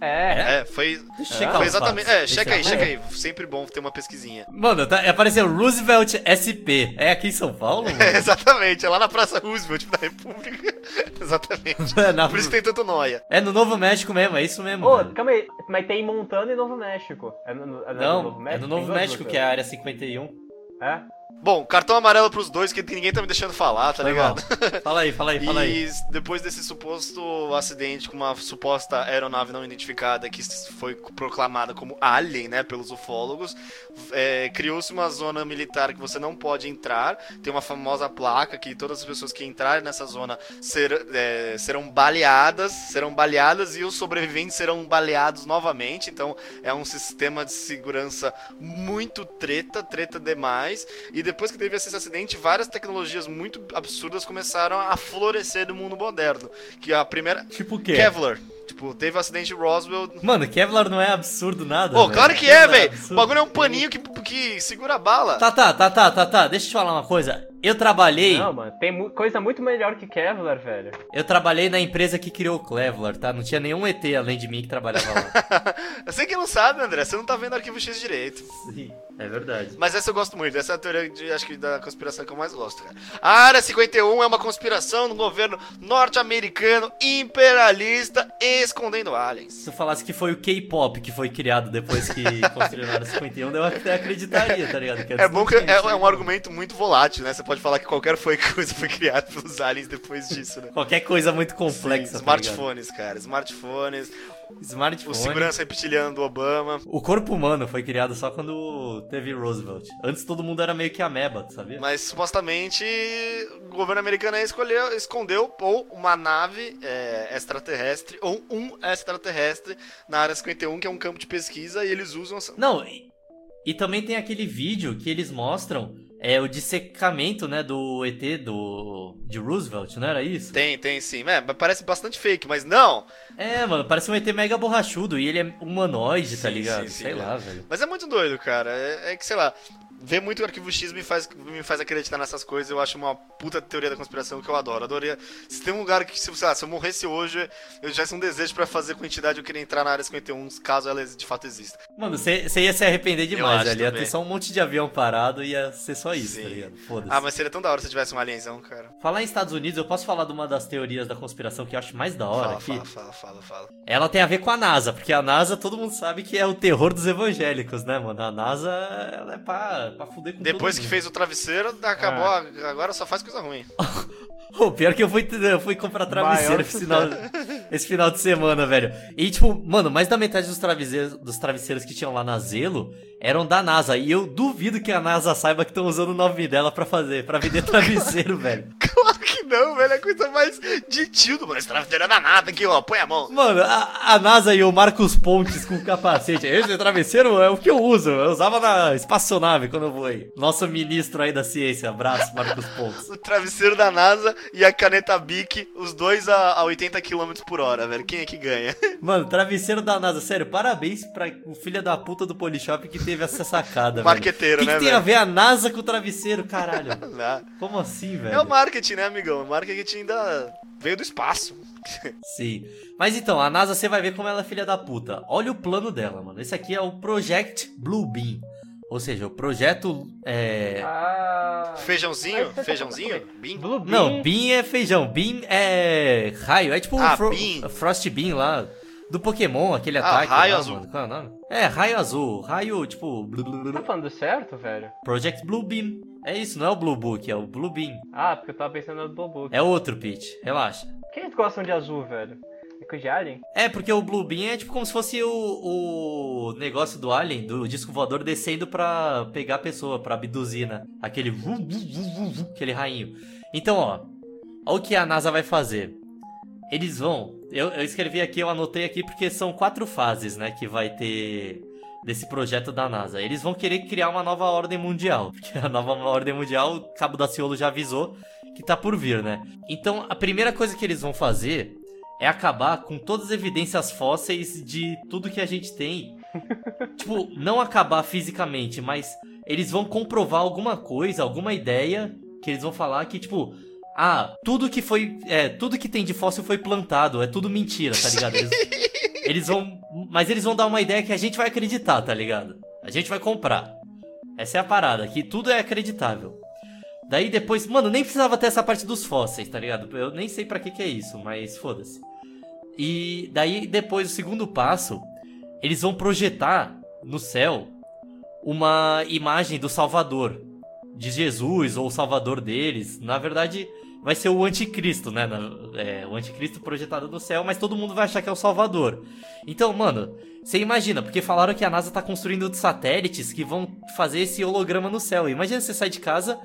C: É,
A: é, foi,
D: Deixa eu
A: foi
D: checar os
A: exatamente
D: fatos.
A: é checa aí
D: Deixa eu-
A: checa aí sempre bom ter uma pesquisinha
D: Mano, tá, apareceu Roosevelt SP. É aqui em São Paulo,
A: É,
D: mano?
A: exatamente é lá na Praça Roosevelt da República exatamente
D: É, na-
A: por isso tem tanto noia
D: é no Novo México mesmo, é isso mesmo.
C: Ô,
D: velho.
C: calma aí, mas tem Montana e Novo México. É no, no- é no Novo
D: Não,
C: México?
D: é no Novo
C: Tem duas
D: México que é a Área 51.
C: É?
A: bom cartão amarelo pros dois que ninguém tá me deixando falar tá
D: Foi
A: ligado
D: mal. Fala aí, fala aí, fala aí.
A: E s- depois desse suposto acidente com uma suposta aeronave não identificada que s- foi c- proclamada como alien, né, pelos ufólogos, é, criou-se uma zona militar que você não pode entrar. Tem uma famosa placa que todas as pessoas que entrarem nessa zona ser- é, serão baleadas, serão baleadas e os sobreviventes serão baleados novamente. Então é um sistema de segurança muito treta, treta demais. E depois que teve esse acidente, várias tecnologias muito absurdas começaram a florescer no mundo moderno. Que a primeira.
D: Tipo o quê?
A: Kevlar. Tipo, teve o acidente de Roswell.
D: Mano, Kevlar não é absurdo nada.
A: Pô,
D: velho.
A: claro que é,
D: Kevlar
A: velho. O
D: absurdo.
A: bagulho é um paninho que, que segura a bala.
D: Tá, tá, tá, tá, tá, tá. Deixa eu te falar uma coisa. Eu trabalhei,
C: Não, mano, tem mu- coisa muito melhor que Kevlar, velho.
D: eu trabalhei na empresa que criou o Kevlar, tá? Não tinha nenhum ET além de mim que trabalhava lá.
A: Eu sei que não sabe, André. Você não tá vendo arquivo X direito.
D: Sim, é verdade.
A: Mas essa eu gosto muito. Essa é a teoria de, acho que da conspiração que eu mais gosto, cara. A Área 51 é uma conspiração do governo norte-americano imperialista escondendo aliens.
D: Se tu falasse que foi o K-pop que foi criado depois que construíram a Área 51, eu até acreditaria, tá ligado?
A: É bom que é, é um
D: argumento.
A: argumento muito volátil, né? Você pode falar que qualquer foi- coisa foi criada pelos aliens depois disso, né?
D: Qualquer coisa muito complexa. tá
A: Smartphones, cara. Smartphones,
D: ligado?
A: o
D: Smartphone.
A: segurança reptiliano do Obama.
D: O corpo humano foi criado só quando teve Roosevelt. Antes todo mundo era meio que ameba, tu sabia?
A: Mas supostamente o governo americano aí escolheu, escondeu ou uma nave é, extraterrestre ou um extraterrestre na área 51, que é um campo de pesquisa, e eles usam. essa-
D: Não, e, e também tem aquele vídeo que eles mostram é o dissecamento, né, do ET do de Roosevelt, não era isso?
A: Tem, tem sim. É, mas parece bastante fake, mas não!
D: É, mano, parece um ET mega borrachudo e ele é humanoide, tá
A: Sim,
D: ligado?
A: sim, sim,
D: Sei
A: é.
D: lá, velho.
A: Mas é muito doido, cara. É, é que, sei lá, ver muito arquivo X me faz, me faz acreditar nessas coisas. Eu acho uma puta teoria da conspiração que eu adoro. Adoraria. Se tem um lugar que, se, sei lá, se eu morresse hoje, eu tivesse um desejo pra fazer com a entidade, eu queria entrar na área 51, caso ela de fato exista.
D: Mano, você ia se arrepender demais
A: acho
D: ali. Ia
A: também.
D: ter só um monte de avião parado e ia ser só isso, tá
A: Sim.
D: ligado? Foda-se.
A: Ah, mas seria tão da hora se eu tivesse um alienzão, cara.
D: Falar em Estados Unidos, eu posso falar de uma das teorias da conspiração que eu acho mais da hora
A: Fala,
D: aqui?
A: fala, fala, fala, fala.
D: Ela tem a ver com a NASA, porque a NASA todo mundo sabe que é o terror dos evangélicos, né, mano? A NASA ela é pra, pra fuder com
A: Depois
D: todo
A: que
D: mundo.
A: fez o travesseiro, acabou. a- Agora só faz coisa ruim.
D: Pô, pior que eu fui, eu fui comprar travesseiro
C: Maior
D: esse final, esse final de semana, velho. E, tipo, mano, mais da metade dos travesseiros, dos travesseiros que tinham lá na Zelo eram da NASA. E eu duvido que a NASA saiba que estão usando o nome dela pra fazer, pra vender travesseiro, velho.
A: Claro que não, velho. É a coisa mais de tio do mundo. Esse travesseiro é danado aqui, ó. Põe a mão.
D: Mano, a, a NASA e o Marcos Pontes com capacete. Esse travesseiro é o que eu uso. Eu usava na espaçonave quando eu voei. Nosso ministro aí da ciência. Abraço, Marcos Pontes.
A: O travesseiro da NASA e a caneta Bic, os dois a, a 80 km por hora, velho. Quem é que ganha?
D: Mano, travesseiro da NASA. Sério, parabéns pra o filho da puta do Polishop que teve essa sacada, velho. O
A: Marqueteiro,
D: que, que
A: né,
D: tem a ver a NASA com o travesseiro, caralho?
A: velho? Ah,
D: Como assim, velho?
A: É o marketing, né, amigão? O marketing ainda veio do espaço.
D: Sim. Mas então, a NASA, você vai ver como ela é filha da puta. Olha o plano dela, mano. Esse aqui é o Project Blue Beam. Ou seja, o projeto. É...
C: Ah.
A: Feijãozinho?
C: Mas você tá
A: Feijãozinho?
C: falando
A: Bim?
C: Blue
D: Não,
C: Bean.
D: Beam é feijão. Beam é raio. É tipo o
A: Ah,
D: Fro-
A: Bean.
D: Frost Beam lá. Do Pokémon, aquele
A: Ah,
D: ataque.
A: raio
D: lá,
A: azul.
D: mano. Qual é o nome? É, raio azul. Raio, tipo. blu, blu, blu,
C: Tá
D: blu.
C: falando certo, velho?
D: Project Blue Beam. É isso, não é o Blue Book, é o Blue Beam.
C: Ah, porque eu tava pensando no Blue Book.
D: É outro, Pete. Relaxa.
C: Quem eles gostam de azul, velho? Coisa de Alien?
D: É, porque o Blue Bean é tipo como se fosse o, o negócio do Alien, do disco voador descendo pra pegar a pessoa, pra abduzir, né? Aquele. vu, vu, vu, vu, vu, Aquele rainho. Então, ó. Olha o que a NASA vai fazer. Eles vão. Eu, eu escrevi aqui, eu anotei aqui, porque são quatro fases, né? Que vai ter desse projeto da NASA. Eles vão querer criar uma nova ordem mundial. Porque a nova ordem mundial, o Cabo da Ciolo já avisou que tá por vir, né? Então, a primeira coisa que eles vão fazer é acabar com todas as evidências fósseis de tudo que a gente tem. tipo, não acabar fisicamente, mas eles vão comprovar alguma coisa, alguma ideia que eles vão falar que, tipo, ah, tudo que foi. É, tudo que tem de fóssil foi plantado, é tudo mentira, tá ligado? Eles, eles vão. Mas eles vão dar uma ideia que a gente vai acreditar, tá ligado? A gente vai comprar. Essa é a parada, que tudo é acreditável. Daí depois, mano, nem precisava ter essa parte dos fósseis, tá ligado? Eu nem sei pra que que é isso, mas foda-se. E daí depois, o segundo passo, eles vão projetar no céu uma imagem do Salvador, de Jesus ou o Salvador deles. Na verdade, vai ser o anticristo, né? Na- é, o anticristo projetado no céu, mas todo mundo vai achar que é o Salvador. Então, mano, você imagina, porque falaram que a NASA tá construindo satélites que vão fazer esse holograma no céu. Imagina você sai de casa,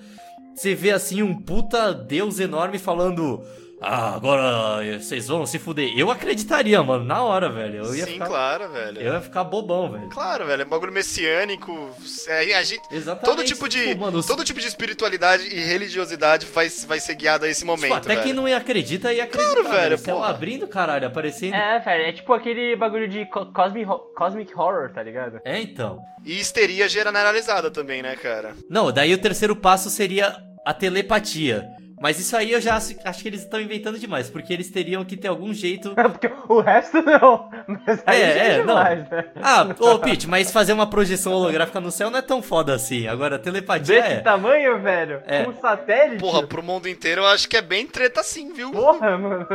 D: você vê assim um puta deus enorme falando. Ah, agora vocês vão se fuder. Eu acreditaria, mano, na hora, velho. Eu ia
A: Sim,
D: ficar,
A: claro, velho.
D: Eu ia ficar bobão, velho.
A: Claro, velho, é um bagulho messiânico. É, a gente-
D: Exatamente.
A: todo tipo de
D: Tá Tipo, mano, os-
A: todo tipo de espiritualidade e religiosidade vai, vai ser guiada a esse momento,
D: Tipo, até
A: velho.
D: quem não acredita ia acreditar.
A: Claro, velho,
D: O céu
A: porra.
D: abrindo, um caralho, aparecendo. É.
C: É, velho, é tipo aquele bagulho de co- cosmic, ho- cosmic horror, tá ligado?
D: então.
A: E histeria generalizada também, né, cara?
D: Não, daí o terceiro passo seria a telepatia. Mas isso aí eu já acho, acho que eles estão inventando demais, porque eles teriam que ter algum jeito.
C: Porque o resto não, mas aí
D: É,
C: é,
D: é, não.
C: demais, né?
D: Ah, ô Pete, mas fazer uma projeção holográfica no céu não é tão foda assim. Agora, telepatia
C: Desse
D: é.
C: tamanho, velho,
D: É.
C: com satélite...
A: Porra, pro mundo inteiro eu acho que é bem treta sim, viu?
C: Porra, mano.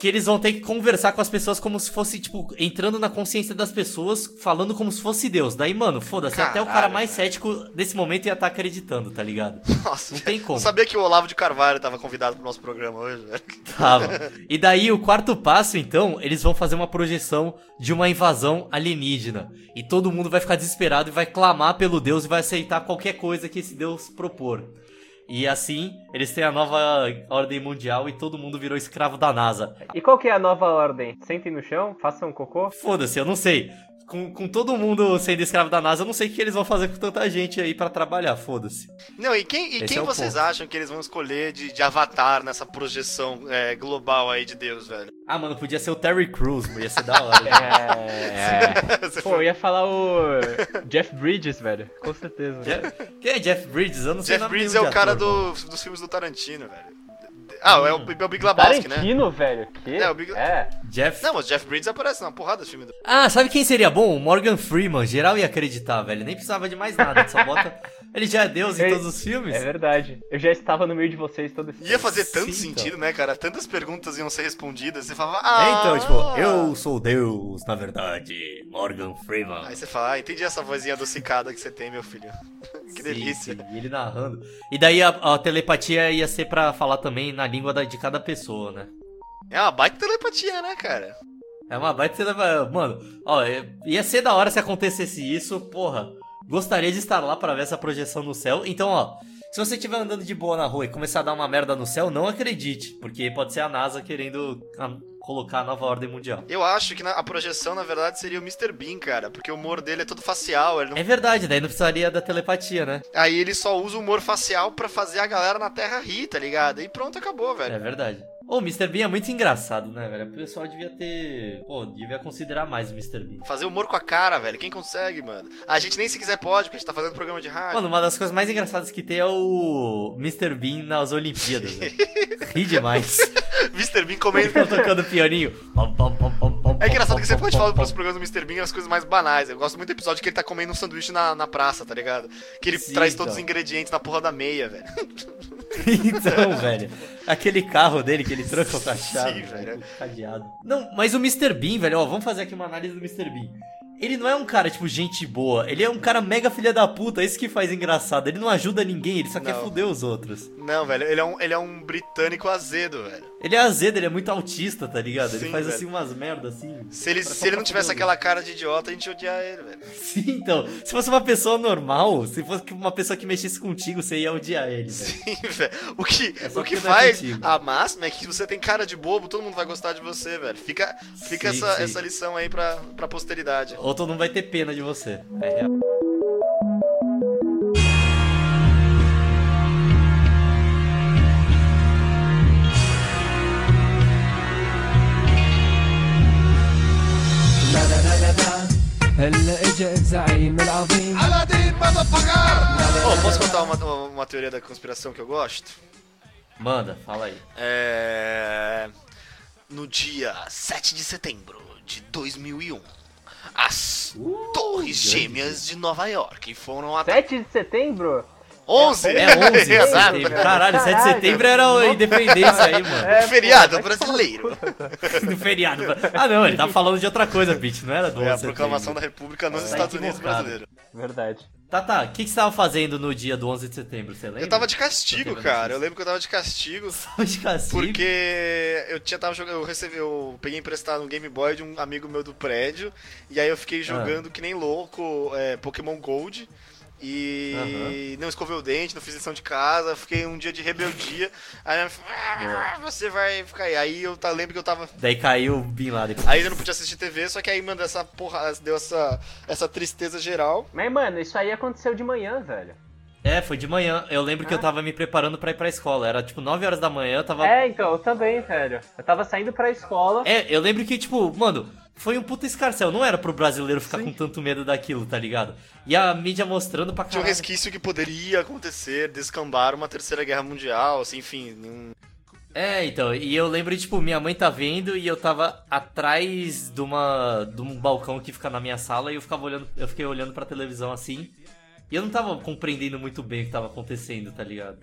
D: Que eles vão ter que conversar com as pessoas como se fosse, tipo, entrando na consciência das pessoas, falando como se fosse Deus. Daí, mano, foda-se, até o cara
A: Caralho,
D: mais
A: velho.
D: cético desse momento ia estar acreditando, tá ligado?
A: Nossa,
D: Não tem
A: velho.
D: como.
A: sabia que o Olavo de Carvalho tava convidado pro nosso programa hoje, velho.
D: Tava. E daí, o quarto passo, então, eles vão fazer uma projeção de uma invasão alienígena. E todo mundo vai ficar desesperado e vai clamar pelo Deus e vai aceitar qualquer coisa que esse Deus propor. E assim, eles têm a nova ordem mundial e todo mundo virou escravo da NASA.
C: E qual que é a nova ordem? Sentem no chão, façam cocô?
D: Foda-se, eu não sei. Com, com todo mundo sendo escravo da NASA, eu não sei o que eles vão fazer com tanta gente aí pra trabalhar, foda-se.
A: Não, e quem, e
D: Esse
A: quem
D: é o
A: vocês
D: ponto.
A: acham que eles vão escolher de, de avatar nessa projeção é, global aí de Deus, velho?
D: Ah, mano, podia ser o Terry Crews, ia ser da hora.
C: É...
A: Você
C: Pô, eu ia falar o Jeff Bridges, velho. Com certeza.
D: Je- Quem é Jeff Bridges? Eu não sei
A: Jeff
D: nome
A: Bridges é
D: nenhum
A: o
D: de
A: cara
D: ator, Hum. mano.
A: do- dos filmes do Tarantino, velho. Ah, é o, é o Big Lebowski, né?
C: Tarantino, velho. Que?
A: É, o Big-
C: É.
D: Jeff
A: Não, mas o Jeff Bridges aparece na porrada do filme. Do...
D: Ah, sabe quem seria bom? O Morgan Freeman. Geral ia acreditar, velho. Nem precisava de mais nada. Só bota. Ele já é Deus em
C: Ei,
D: todos os filmes.
C: É verdade. Eu já estava no meio de vocês todo esse
A: Ia fazer tanto
D: Sim, então.
A: sentido, né, cara? Tantas perguntas iam ser respondidas. Você falava,
D: É,
A: ah...
D: então, tipo, eu sou Deus, na verdade. Morgan Freeman.
A: Aí você fala, ah, entendi essa vozinha adocicada que você tem, meu filho. que delícia.
D: Sim, sim, e ele narrando. E daí a, a telepatia ia ser pra falar também na língua da- de cada pessoa, né?
A: É uma baita telepatia, né, cara?
D: É uma baita. cena- Mano, ó, é- ia ser da hora se acontecesse isso, porra. Gostaria de estar lá pra ver essa projeção no céu. Então, ó, se você estiver andando de boa na rua e começar a dar uma merda no céu, não acredite, porque pode ser a NASA querendo a- colocar a nova ordem mundial.
A: Eu acho que na- a projeção, na verdade, seria o Mr. Bean, cara. Porque o humor dele é todo facial. Ele não...
D: É verdade, daí não precisaria da telepatia, né?
A: Aí ele só usa o humor facial pra fazer a galera na Terra rir, tá ligado? E pronto, acabou, velho.
D: É verdade. Ô, o Mr. Bean é muito engraçado, né, velho? O pessoal devia ter. Pô, devia considerar mais o Mr. Bean.
A: Fazer humor com a cara, velho. Quem consegue, mano? A gente nem se quiser pode, porque a gente tá fazendo programa de rádio.
D: Mano, uma das coisas mais engraçadas que tem é o Mr. Bean nas Olimpíadas, velho. Ri demais.
A: Mr. Bean
D: Ele
A: comendo.
D: fica tocando pianinho.
A: É engraçado que você pode falar pros programas do Mr. Bean é as coisas mais banais. Eu gosto muito do episódio que ele tá comendo um sanduíche na, na praça, tá ligado? Que ele
D: Sim,
A: traz todos os
D: então.
A: ingredientes na porra da meia, velho.
D: Então, velho. Aquele carro dele que ele tranca com a
A: Sim,
D: chave, é
A: velho.
D: velho. com o Cadeado. Não, mas o Mr. Bean, velho, ó, vamos fazer aqui uma análise do Mr. Bean. Ele não é um cara, tipo, gente boa. Ele é um cara mega filha da puta. Isso que faz engraçado. Ele não ajuda ninguém, ele só quer
A: Não.
D: foder os outros.
A: Não, velho, ele é um, ele é um britânico azedo, velho.
D: Ele é azedo, ele é muito autista, tá ligado? ele
A: Sim,
D: faz
A: velho.
D: assim umas merdas assim.
A: Se ele,
D: pra-
A: se
D: só
A: ele não
D: pra um
A: tivesse
D: foder os
A: aquela cara de idiota, a gente ia odiar ele, velho.
D: Sim, então, se fosse uma pessoa normal, se fosse uma pessoa que mexesse contigo, você ia odiar ele. velho.
A: Sim, velho. O que,
D: É só
A: o que
D: porque não é
A: faz
D: contigo.
A: a máxima é que se você tem cara de bobo, todo mundo vai gostar de você, velho. Fica, fica
D: Sim,
A: essa,
D: sim.
A: essa lição aí pra, pra posteridade.
D: Ou todo mundo vai ter pena de você. É
F: هلا اجا الزعيم العظيم
A: Ô, posso contar uma, uma- uma teoria da conspiração que eu gosto?
D: Manda, fala aí.
A: É... No dia 7 de setembro de 2001, as
D: Uh,
A: Torres Gêmeas de Nova York foram atacadas.
C: 7 de setembro?
A: 11!
D: É 11 de
A: Exato!
D: setembro. Caralho, 7 de
C: Caralho.
D: setembro era a independência aí, mano.
C: É,
A: Feriado
C: pô, vai
A: brasileiro! É.
D: Do feriado. Ah, não, ele tava falando de outra coisa, bitch. Não era
A: É a
D: do 11 de setembro.
A: proclamação da República nos
D: Tá
A: Estados Unidos
D: equivocado.
A: brasileiros.
C: Verdade.
D: Tá, tá. O que, que você tava fazendo no dia do 11 de setembro? Você lembra?
A: Eu tava de
D: Eu
A: castigo,
D: né? tô vendo
A: cara.
D: isso.
A: Eu lembro que eu tava de castigo.
D: Tava de castigo.
A: Porque eu tinha tava jogando, eu recebi, eu peguei emprestado um Game Boy de um amigo meu do prédio, e aí eu
D: Ah.
A: fiquei jogando que nem louco é, Pokémon Gold. E não escovei o dente, não fiz lição de casa, fiquei um dia de rebeldia. Aí minha mãe falou, "Ah, você vai ficar aí. Aí eu tá, lembro que eu tava.
D: Daí caiu o Bin Laden.
A: Aí eu não podia assistir TV, só que aí, mano, essa porra deu essa, essa tristeza geral.
C: Mas, mano, isso aí aconteceu de manhã, velho.
D: É, foi de manhã. Eu lembro
A: Ah.
D: que eu tava me preparando pra ir pra escola. Era tipo 9 horas da manhã, eu tava
C: É, então, eu também, velho. Eu tava saindo pra escola.
D: É, eu lembro que, tipo, mano, foi um puta escarcel. Não era pro brasileiro ficar com tanto medo daquilo, tá ligado? E a mídia mostrando pra
A: Tinha um
D: caralho.
A: resquício que poderia acontecer, descambar uma terceira guerra mundial, assim, enfim. um-
D: É, então, e eu lembro, tipo, minha mãe tá vendo e eu tava atrás de uma. de um balcão que fica na minha sala e eu ficava olhando, eu fiquei olhando pra televisão assim. E eu não tava compreendendo muito bem o que tava acontecendo, tá ligado?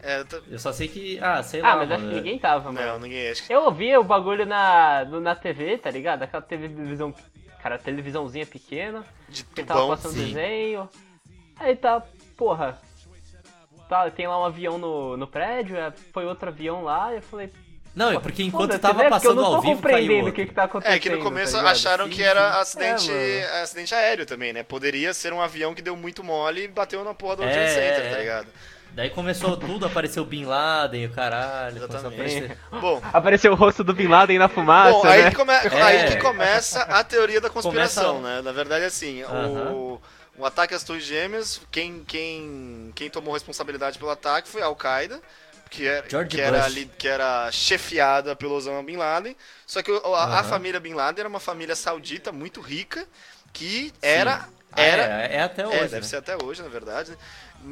A: É, tá-
D: Eu só sei que. Ah, sei lá.
C: Ah, mas acho
D: mano,
C: que ninguém tava, mano.
A: Não, ninguém acha que
C: Eu ouvia o bagulho na, no- na TV, tá ligado? Aquela televisão. Cara, televisãozinha pequena.
A: de
C: Que tava
A: tubão.
C: passando
D: sim.
C: desenho. Aí tá, porra. Tá, tem lá um avião no, no prédio, é, foi outro avião lá, e eu falei.
D: Não, é porque enquanto
C: foda-se,
D: tava
C: né? Porque
D: passando
C: eu não tô
D: ao vivo, caiu
C: compreendendo o
D: outro.
C: que, que tá acontecendo.
A: É, que no começo
C: tá ligado?
A: acharam
D: Sim,
A: que era
D: sim.
A: acidente,
C: É,
A: acidente aéreo também, né? Poderia ser um avião que deu muito mole e bateu na porra do World
D: É,
A: Trade Center,
D: é.
A: tá ligado?
D: Daí começou tudo, apareceu o Bin Laden, o caralho. começou a
A: Exatamente.
D: aparecer-
A: Bom,
C: Apareceu o rosto do Bin Laden na fumaça,
A: bom aí,
C: né?
A: que come-
D: É.
A: aí que começa a teoria da conspiração,
D: Começa- um.
A: né? Na verdade, assim,
D: Aham.
A: o, o ataque às Torres Gêmeas, quem, quem, quem tomou responsabilidade pelo ataque foi a Al-Qaeda. Que era,
D: George
A: que, era,
D: Bush.
A: li- que era chefiada pelo Osama Bin Laden. Só que o- a, a
D: Aham.
A: família Bin Laden era uma família saudita muito rica que era, era
D: Ah, é, é até hoje.
A: É, deve
D: né?
A: ser até hoje, na verdade. né?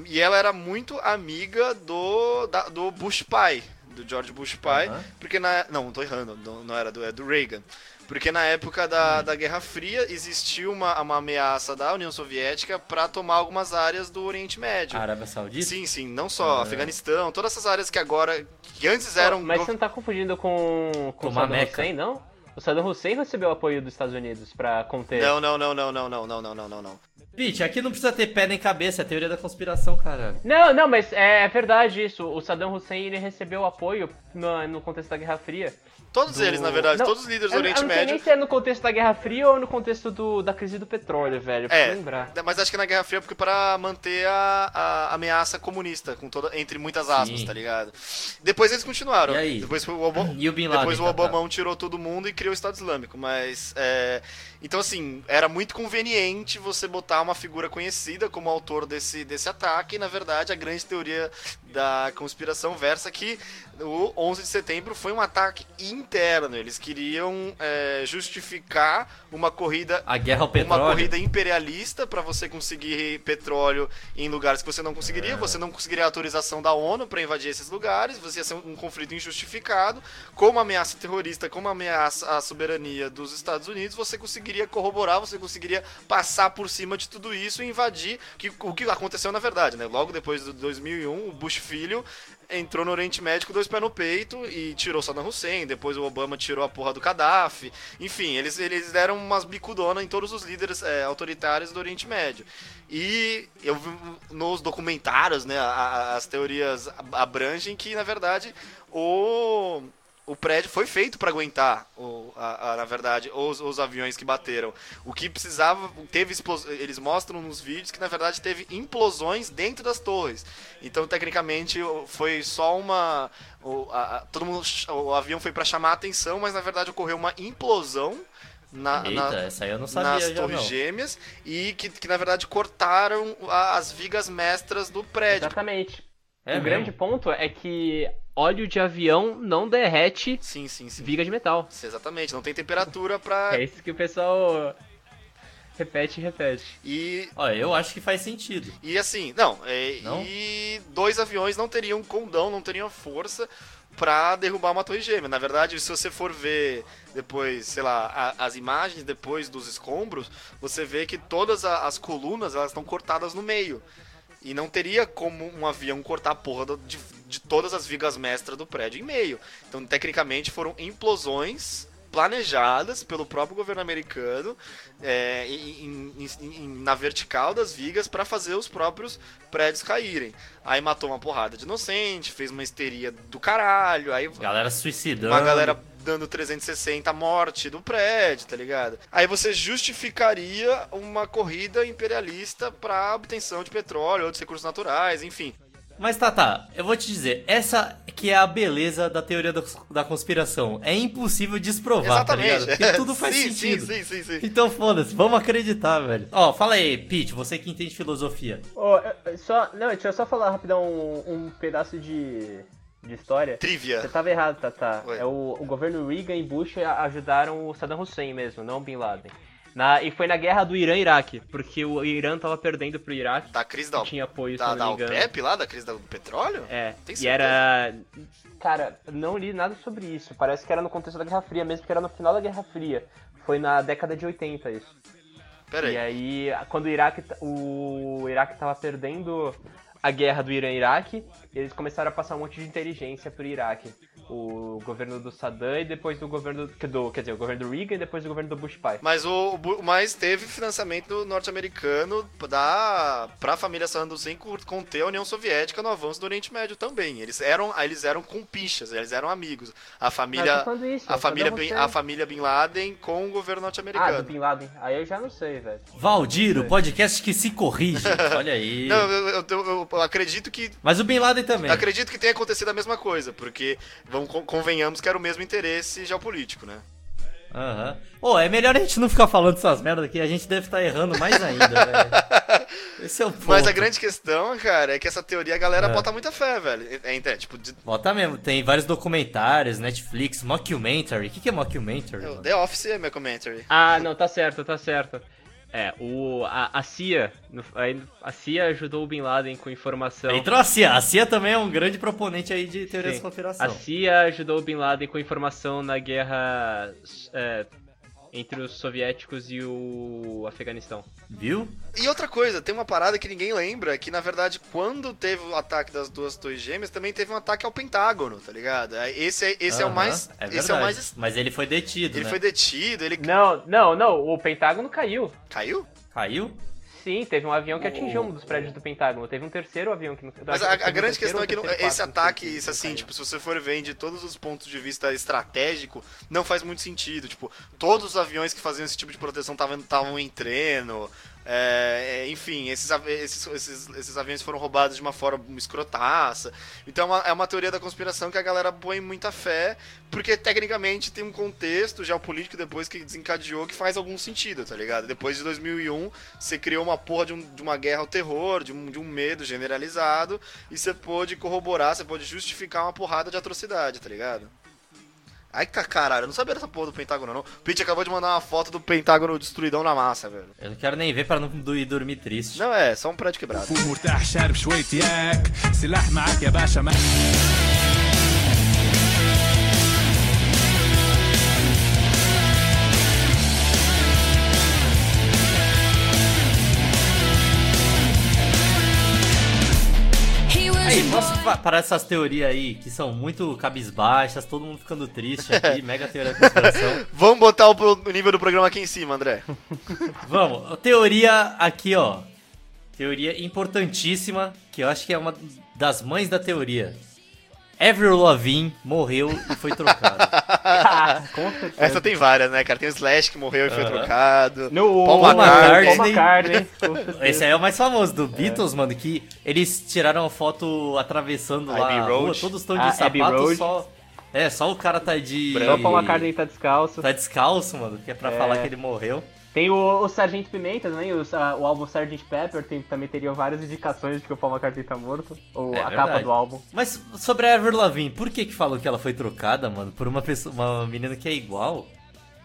A: E ela era muito amiga do, da- do Bush pai, do George Bush pai,
D: Aham.
A: porque na... Não, tô errando, não, não era do, é do Reagan. Porque na época da,
C: Hum.
A: da Guerra Fria existiu uma, uma ameaça da União Soviética para tomar algumas áreas do Oriente Médio.
C: Ah,
D: Arábia Saudita?
A: tipo- Sim, sim, não só Afeganistão, todas essas áreas que agora, que antes eram...
C: Mas
A: gov-
C: você não tá confundindo com, com o
D: Tomar
C: Saddam
D: Meca.
C: Hussein, não? O Saddam Hussein recebeu apoio dos Estados Unidos pra conter.
A: Não, não, não, não, não, não, não, não, não, não, não.
D: Pete, aqui não precisa ter pé nem cabeça, é a teoria da conspiração, caralho.
C: Não, não, mas é verdade isso. O Saddam Hussein ele recebeu apoio no, no contexto da Guerra Fria.
A: Todos eles, na verdade,
C: Não,
A: todos os líderes do
C: eu-
A: Oriente
C: eu não sei
A: Médio
C: nem se é no contexto da Guerra Fria ou no contexto do, da crise do petróleo, velho. Pra
A: É,
C: lembrar.
A: mas acho que na Guerra Fria porque para manter a, a ameaça comunista, com toda, entre muitas aspas,
D: Sim.
A: tá ligado? Depois eles continuaram.
D: E aí?
A: Depois foi o Obama.
D: E o Bin Laden?
A: Depois o
D: tá, tá.
A: Obamão tirou todo mundo e criou o Estado Islâmico, mas é, então assim era muito conveniente você botar uma figura conhecida como autor desse, desse ataque. E, na verdade, a grande teoria da conspiração versa é que o 11 de setembro foi um ataque interno. Eles queriam é, justificar uma corrida
D: A guerra ao petróleo?
A: uma corrida imperialista para você conseguir petróleo em lugares que você não conseguiria, você não conseguiria autorização da ONU para invadir esses lugares, você ia ser um, um conflito injustificado, como ameaça terrorista, como ameaça à soberania dos Estados Unidos, você conseguiria corroborar, você conseguiria passar por cima de tudo isso e invadir, que, o que aconteceu na verdade, né? Logo depois do 2001, o um, Bush filho entrou no Oriente Médio com dois pés no peito e tirou Saddam Hussein, depois o Obama tirou a porra do Gaddafi. Enfim, eles, eles deram umas bicudonas em todos os líderes é, autoritários do Oriente Médio. E eu vi nos documentários, né, a- a- as teorias ab- abrangem que, na verdade, o o prédio foi feito para aguentar, o- a- a- na verdade, os, os aviões que bateram. O que precisava, teve explos- eles mostram nos vídeos que na verdade teve implosões dentro das torres. Então tecnicamente o- foi só uma, o, a- a- todo mundo, ch- o avião foi para chamar a atenção, mas na verdade ocorreu uma implosão na,
D: Eita,
A: Ah, na-
D: essa aí eu não sabia
A: nas
D: já
A: torres
D: não.
A: gêmeas e que, que na verdade cortaram a- as vigas mestras do prédio.
C: Exatamente.
D: É
C: o
D: mesmo?
C: grande ponto é que óleo de avião não derrete
A: Sim, sim, sim.
C: viga de metal.
A: Exatamente, não tem temperatura para
C: É isso que o pessoal repete e repete.
A: e
D: Ó, eu acho que faz sentido.
A: E assim, não, é,
D: Não?
A: e dois aviões não teriam condão, não teriam força pra derrubar uma torre gêmea. Na verdade, se você for ver depois, sei lá, a- as imagens depois dos escombros, você vê que todas a- as colunas elas estão cortadas no meio. E não teria como um avião cortar a porra do- de, de todas as vigas mestras do prédio em meio. Então, tecnicamente, foram implosões planejadas pelo próprio governo americano é, em- em- em- na vertical das vigas para fazer os próprios prédios caírem. Aí matou uma porrada de inocente, fez uma histeria do caralho, aí
D: Galera se suicidando.
A: uma galera dando 360 a morte do prédio, tá ligado? Aí você justificaria uma corrida imperialista pra obtenção de petróleo, outros recursos naturais, enfim.
D: Mas tá, tá, eu vou te dizer, essa que é a beleza da teoria da, da conspiração. É impossível desprovar, tá ligado? Porque tudo faz
A: sim,
D: sentido.
A: Sim, sim, sim, sim.
D: Então foda-se, vamos acreditar, velho. Ó, fala aí, Pete, você que entende filosofia.
C: só, não, deixa eu só falar rapidão um, um pedaço de, de história. Você
A: Trivia.
C: tava errado, Tata.
A: Oi.
C: É o, o governo Reagan e Bush a- ajudaram o Saddam Hussein mesmo, não o Bin Laden. Na- e foi na guerra do Irã-Iraque, porque o Irã tava perdendo pro Iraque.
A: Da crise da,
C: Tinha apoio, se
A: da,
C: eu Tá, não
A: da
C: É? me engano.
A: OPEP lá, da crise da- do petróleo?
C: É,
A: Tem
C: e era. Cara, não li nada sobre isso. Parece que era no contexto da Guerra Fria, mesmo que era no final da Guerra Fria. Foi na década de 80 isso.
A: Pera aí.
C: E aí, quando o Iraque, t- o Iraque tava perdendo a guerra do Irã-Iraque, eles começaram a passar um monte de inteligência pro Iraque. O governo do Saddam e depois do governo do, do- quer dizer, o governo do Reagan e depois o governo do Bush pai.
A: Mas o o Bu- mas teve financiamento norte-americano da para a família Saddam Hussein co- conter a União Soviética no avanço do Oriente Médio também. Eles eram eles eram compinchas, eles eram amigos. A família
C: falando isso,
A: a
C: Saddam
A: família bin,
C: Hussein.
A: a família é Bin Laden com o governo
C: Ah, do
A: norte-americano.
C: Bin Laden. Aí eu já não sei, velho.
D: Valdir, o podcast que se corrige. Olha aí.
A: É. Não, eu, eu- eu- eu acredito que
D: Mas o Bin Laden também.
A: acredito que tenha acontecido a mesma coisa, porque vamos con- convenhamos que era o mesmo interesse geopolítico, né?
D: Aham. Ô, é melhor a gente não ficar falando essas merdas aqui, a gente deve estar errando mais ainda, velho. Esse é o ponto.
A: Mas a grande questão, cara, é que essa teoria a galera bota muita fé, velho. É, é, tipo, de-
D: Bota tá mesmo, tem vários documentários, Netflix, mockumentary. O que, que é mockumentary? mano?
A: The Office é meu commentary.
C: Ah, não, tá certo, tá certo. É, o, a, a CIA, no- aí a CIA ajudou o Bin Laden com informação.
D: Entrou então, a CIA. A CIA também é um grande proponente aí de teoria
C: Sim.
D: da conspiração.
C: A CIA ajudou o Bin Laden com informação na guerra é, entre os soviéticos e o Afeganistão.
D: Viu?
A: E outra coisa, tem uma parada que ninguém lembra, que na verdade, quando teve o ataque das duas torres gêmeas, também teve um ataque ao Pentágono, tá ligado? É, Esse é, esse é o
D: Aham,
A: mais.
D: É
A: esse é o
D: verdade.
A: mais.
D: Mas ele foi detido,
A: Ele
D: né?
A: foi detido, ele
C: Não, não, não, o Pentágono caiu.
A: caiu?
D: Caiu?
C: Sim, teve um avião que atingiu um dos prédios do Pentágono. Teve um terceiro avião que não
A: Mas
C: acho
A: a,
C: que
A: a
C: teve um
A: grande
C: terceiro
A: questão é que
C: ou
A: não-
C: terceiro,
A: esse
C: quarto, não sei
A: ataque,
C: se
A: isso assim,
C: caiu.
A: tipo, se você for ver de todos os pontos de vista estratégico, não faz muito sentido. Tipo, todos os aviões que faziam esse tipo de proteção estavam em treino. é, é, enfim, esses, av- esses, esses, esses aviões foram roubados de uma forma escrotaça. Então é uma, é uma teoria da conspiração que a galera põe muita fé, porque tecnicamente tem um contexto geopolítico depois que desencadeou que faz algum sentido, tá ligado? Depois de 2001, você criou uma porra de, um- de uma guerra ao terror, de um, de um medo generalizado, e você pôde corroborar, você pôde justificar uma porrada de atrocidade, tá ligado? Ai, ca- caralho, eu não sabia dessa porra do Pentágono, não. O Pete acabou de mandar uma foto do Pentágono destruidão na massa, velho.
D: Eu não quero nem ver pra não do- ir dormir triste.
A: Não, é, só um prédio quebrado.
G: ومرتاح شارب شوية ياك سلاح معاك
E: é
G: يا باشا ما
D: Aí, posso pa- parar essas teorias aí que são muito cabisbaixas, todo mundo ficando triste aqui, mega teoria da conspiração.
A: Vamos botar o, pro- o nível do programa aqui em cima, André.
D: Vamos, teoria aqui, ó. Teoria importantíssima, que eu acho que é uma das mães da teoria. Avril Lavigne morreu e foi trocado.
C: Ah, com certeza.
A: Essa tem várias, né, cara? Tem o Slash que morreu e foi
D: Aham.
A: trocado.
C: No
A: Paul
C: Paul
A: McCartney.
C: McCartney, com certeza.
D: Esse aí é o mais famoso, do Beatles, mano, que eles tiraram a foto atravessando lá
A: Abbey
D: a rua,
A: Road.
D: todos estão de
C: Ah, Abbey
D: sapato,
C: Road.
D: só... É, só o cara tá de...
C: Só o Paul McCartney tá descalço.
D: Tá descalço, mano, que é pra
C: É.
D: falar que ele morreu.
C: Tem o, o Sargento Pimenta, né? O, a- o álbum Sargent Pepper tem- também teriam várias indicações de que o Paul McCartney tá morto. Ou
D: É
C: a
D: verdade.
C: capa do álbum.
D: Mas sobre a Avril Lavigne, por que que falam que ela foi trocada, mano? Por uma pessoa, uma menina que é igual?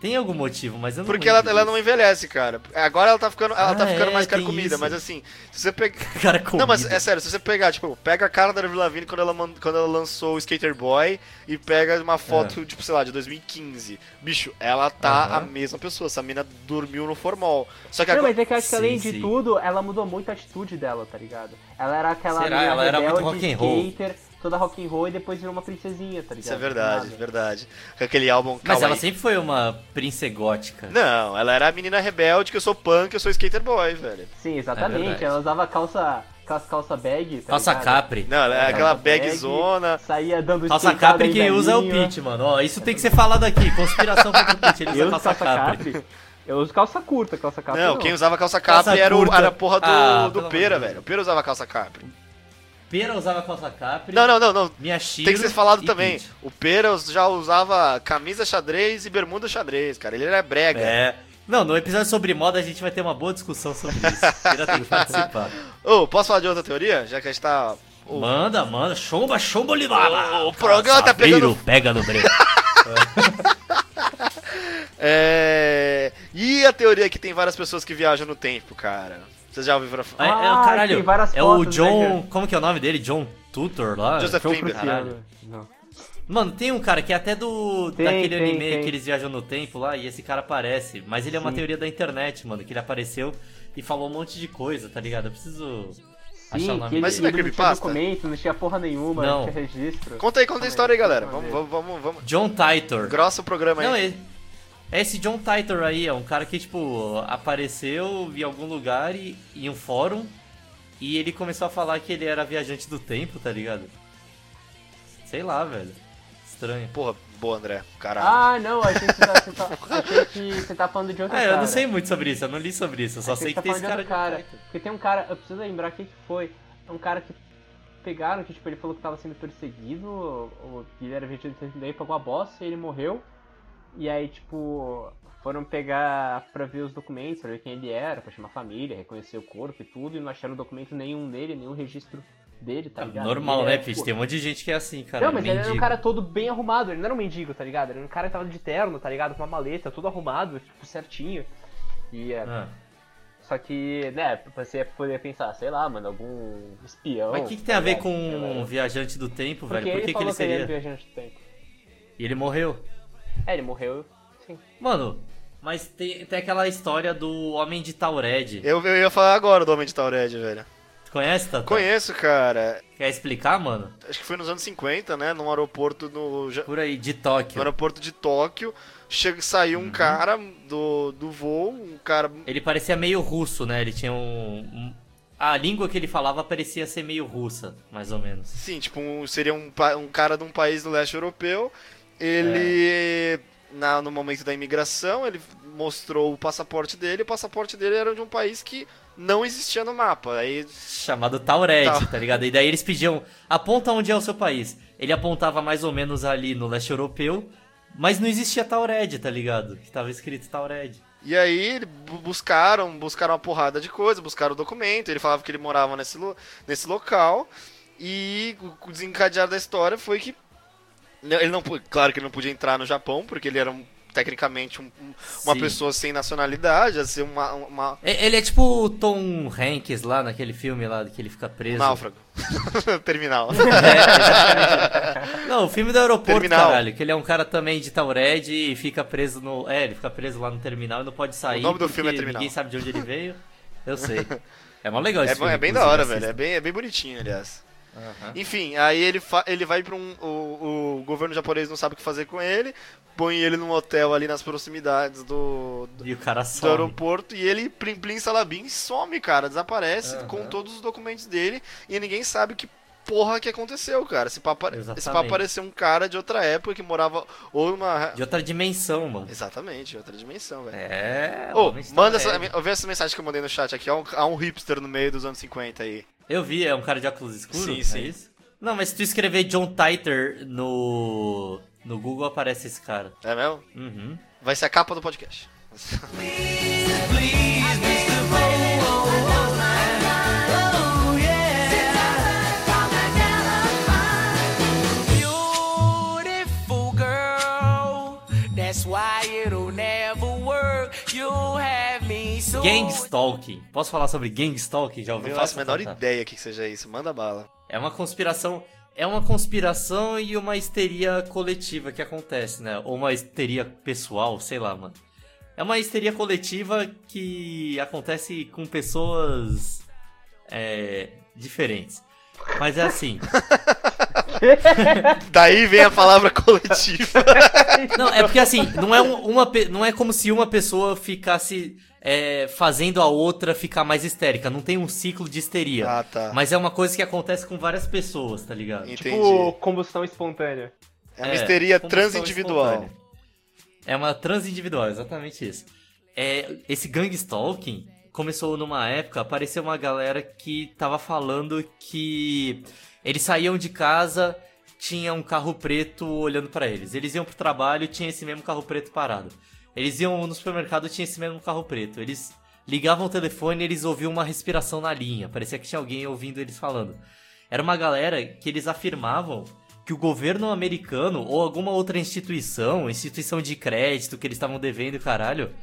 D: Tem algum motivo, mas eu não
A: Porque ela,
D: lembro
A: ela
D: disso.
A: não envelhece, cara. Agora ela tá ficando, ela tá
D: Ah,
A: ficando
D: é,
A: mais cara
D: tem
A: comida,
D: isso.
A: mas assim, se você pegar.
D: Cara, comida.
A: Não, mas é sério, se você pegar, tipo, pega a cara da Avril Lavigne quando ela, man- quando ela lançou o Skater Boy e pega uma foto, tipo, sei lá, de 2015. Bicho, ela tá
D: Aham.
A: a mesma pessoa. Essa mina dormiu no formal. Só que
C: Não,
A: agora.
C: mas é que eu acho que
D: Sim,
C: além de
D: sim.
C: tudo, ela mudou muito a atitude dela, tá ligado? Ela era aquela
D: Será?
C: menina
D: Ela era muito
C: rebelde,
D: rock and roll.
C: skater, toda rock and roll e depois virou uma princesinha, tá ligado?
A: Isso é verdade,
C: Do nada.
A: verdade. Com aquele álbum
D: Mas ela
A: kawaii.
D: sempre foi uma prince gótica.
A: Não, ela era a menina rebelde que eu sou punk, eu sou skater boy, velho.
C: Sim,
D: É
C: exatamente.
D: verdade.
C: ela usava calça, calça, calça bag, tá
D: Calça
C: ligado?
D: Capri.
A: Não, ela é aquela
C: bag,
A: bagzona.
C: Saía dando
D: Calça
C: esquentada
D: Capri
C: em
D: quem usa é o
C: velhinho.
D: Pete, mano. Ó, isso tem que ser falado aqui. Conspiração contra o Pete. Ele usa
C: Eu uso
D: calça, Capri.
C: Eu uso calça curta, calça capri.
A: Não, quem usava calça capri
D: Calça
A: era, o,
D: curta.
A: era a porra do,
D: Ah,
A: do
D: pelo
A: Pera,
D: amor de
A: velho. O Pera usava calça capri.
D: Pera usava calça Capri.
A: Não, não, não, não.
D: Minha Shiro
A: Tem que ser falado
D: e
A: também.
D: Pete.
A: O Pera já usava camisa xadrez e bermuda xadrez, cara. Ele era brega.
D: É. Não, no episódio sobre moda a gente vai ter uma boa discussão sobre isso. Pera tem que participar.
A: Ô, posso falar de outra teoria? Já que a gente tá. Ô,
D: Manda, manda. Chomba, chomba, libala.
A: O programa tá pegando
D: Caçaveiro pega no break.
A: É. E a teoria que tem várias pessoas que viajam no tempo, cara. Vocês já ouviram
D: É,
A: falar?
D: é,
C: Ah,
D: caralho,
C: tem várias
D: é o
C: fotos, né,
D: John.
C: cara?
D: como que é o nome dele? John Tutor lá?
A: Joseph
C: Show
A: Klimber.
C: crucial.
D: Caralho.
C: Não.
D: Mano, tem um cara que é até do.
C: Tem,
D: daquele
C: tem,
D: anime
C: tem.
D: que eles viajam no tempo lá, e esse cara aparece. Mas ele é uma teoria da internet, mano, que ele apareceu e falou um monte de coisa, tá ligado? Eu preciso achar o
C: Sim, que
D: nome
C: ele,
A: Mas isso não é
C: ele
D: dele.
C: não tinha
A: creepypasta?
C: documento, não tinha porra nenhuma,
D: Não.
C: não, tinha registro.
A: Conta aí, conta a
C: Calma
A: história aí, galera. Vamos,
C: calma aí.
A: vamos, vamos, vamos.
D: John Titor.
A: Grossa o programa aí.
D: Não, é, é esse John Titor aí, é um cara que, tipo, apareceu em algum lugar e, em um fórum e ele começou a falar que ele era viajante do tempo, tá ligado? Sei lá, velho. Estranho.
A: Porra, boa, André. Caralho.
C: Ah, não, a gente tá, você tá, achei que você tá falando de outro
D: Ah,
C: cara.
D: eu não sei muito sobre isso, eu não li sobre isso, eu só
C: Achei
D: sei
C: que
D: que
C: você
D: tem
C: tá
D: esse
C: falando
D: cara.
C: de outro cara. Porque tem um cara, eu preciso lembrar quem que foi. É um cara que pegaram, que tipo, ele falou que tava sendo perseguido, ou que ele era vendido daí, pagou a bosta e ele morreu. E aí, tipo, foram pegar pra ver os documentos, pra ver quem ele era, pra chamar a família, reconhecer o corpo e tudo, e não acharam documento nenhum dele, nenhum registro dele, tá ligado?
D: Normal,
C: Ele
D: né,
C: era,
D: Pete?
C: tipo,
D: Tem um monte de gente que é assim, cara.
C: não, mas ele era um
D: mendigo.
C: cara todo bem arrumado, ele não era um mendigo, tá ligado? Ele era um cara que tava de terno, tá ligado? Com uma maleta, todo arrumado, tipo, certinho. E é,
D: Ah,
C: só que, né, você poderia pensar, sei lá, mano, algum espião.
D: Mas o que, que tem a
C: tá
D: ver
C: ligado?
D: com
C: Sei lá.
D: um viajante do tempo,
C: Porque
D: velho? Por
C: ele
D: que, que
C: falou
D: ele
C: que ele era um
D: seria.
C: viajante do tempo.
D: E ele morreu.
C: É, ele morreu. Sim.
D: Mano, mas tem, tem aquela história do Homem de Taured.
A: Eu, eu ia falar agora do Homem de Taured, velho.
D: Tu Conhece, Tata?
A: Conheço, cara.
D: Quer explicar, mano?
A: Acho que foi nos anos 50, né? Num aeroporto no, Ja-
D: Por aí, de
A: no
D: Tóquio.
A: aeroporto de Tóquio. Chega, saiu um cara do, do voo, um cara.
D: Ele parecia meio russo, né? Ele tinha um, um- A língua que ele falava parecia ser meio russa, mais ou menos.
A: Sim, tipo, um- seria um, pa- um cara de um país do leste europeu. Ele. na- no momento da imigração, ele mostrou o passaporte dele. O passaporte dele era de um país que não existia no mapa. Aí
D: Chamado Tauret,
A: Tá.
D: tá ligado? E daí eles pediam, aponta onde é o seu país. Ele apontava mais ou menos ali no leste europeu, mas não existia Taured, tá ligado? Que tava escrito Taured.
A: E aí ele bu- buscaram, buscaram uma porrada de coisa, buscaram o documento, ele falava que ele morava nesse, lo- nesse local, e o o desencadear da história foi que não, ele não, pu- claro que ele não podia entrar no Japão, porque ele era um- tecnicamente um- um- uma
D: Sim.
A: pessoa sem nacionalidade, assim, uma, uma
D: E- Ele é tipo o Tom Hanks lá naquele filme lá que ele fica preso.
A: náufrago. Terminal.
D: Não, o filme do aeroporto,
A: Terminal.
D: caralho, que ele é um cara também de Taured e fica preso no. É, ele fica preso lá no terminal e não pode sair.
A: O nome do
D: porque
A: filme é Terminal.
D: Ninguém sabe de onde ele veio. Eu sei. É mó legal esse
A: É, bom-
D: filme.
A: é bem da
D: inclusive,
A: hora,
D: assista.
A: velho. É bem, é bem bonitinho, aliás. Enfim, aí ele, fa- ele vai pra um. O, o governo japonês não sabe o que fazer com ele, põe ele num hotel ali nas proximidades do, do,
D: E o cara
A: É do
D: some.
A: aeroporto e ele, plim plim salabim, some, cara, desaparece com todos os documentos dele e ninguém sabe que porra que aconteceu, cara. Esse papo, esse papo
D: Exatamente.
A: apareceu um cara de outra época que morava ou numa.
D: De outra dimensão, mano.
A: Exatamente, outra dimensão, velho.
D: É.
A: Ô,
D: homem está
A: manda essa,
D: velho.
A: vê essa mensagem que eu mandei no chat aqui. Há um, há um hipster no meio dos anos 50 aí.
D: Eu vi, é um cara de óculos escuros?
A: Sim, sim.
D: É isso? Não, mas se tu escrever John Titer no. no Google aparece esse cara.
A: É mesmo?
D: Uhum.
A: Vai ser a capa do podcast.
H: beautiful girl. That's why it'll never work. You'll have me so.
D: Gang Stalking. Posso falar sobre Gang Stalking? Já ouviu?
A: Não faço a
D: essa?
A: menor
D: Tá, tá.
A: ideia que seja isso. Manda bala.
D: É uma conspiração. É uma conspiração e uma histeria coletiva que acontece, né? Ou uma histeria pessoal, sei lá, mano. É uma histeria coletiva que acontece com pessoas. é, diferentes. Mas é assim.
A: Daí vem a palavra coletiva.
D: Não, é porque assim, não é, um- uma, pe- não é como se uma pessoa ficasse é, fazendo a outra ficar mais histérica. Não tem um ciclo de histeria.
A: Ah, tá.
D: Mas é uma coisa que acontece com várias pessoas, tá ligado?
A: Entendi.
C: Tipo, combustão espontânea.
A: é uma histeria
D: combustão
A: transindividual.
D: espontânea. É uma transindividual, exatamente isso. É, esse gang stalking começou numa época, apareceu uma galera que tava falando que eles saíam de casa, tinha um carro preto olhando pra eles. Eles iam pro trabalho, tinha esse mesmo carro preto parado. Eles iam no supermercado, tinha esse mesmo carro preto. Eles ligavam o telefone, eles ouviam uma respiração na linha. Parecia que tinha alguém ouvindo eles falando. Era uma galera que eles afirmavam que o governo americano ou alguma outra instituição, instituição de crédito que eles estavam devendo, caralho,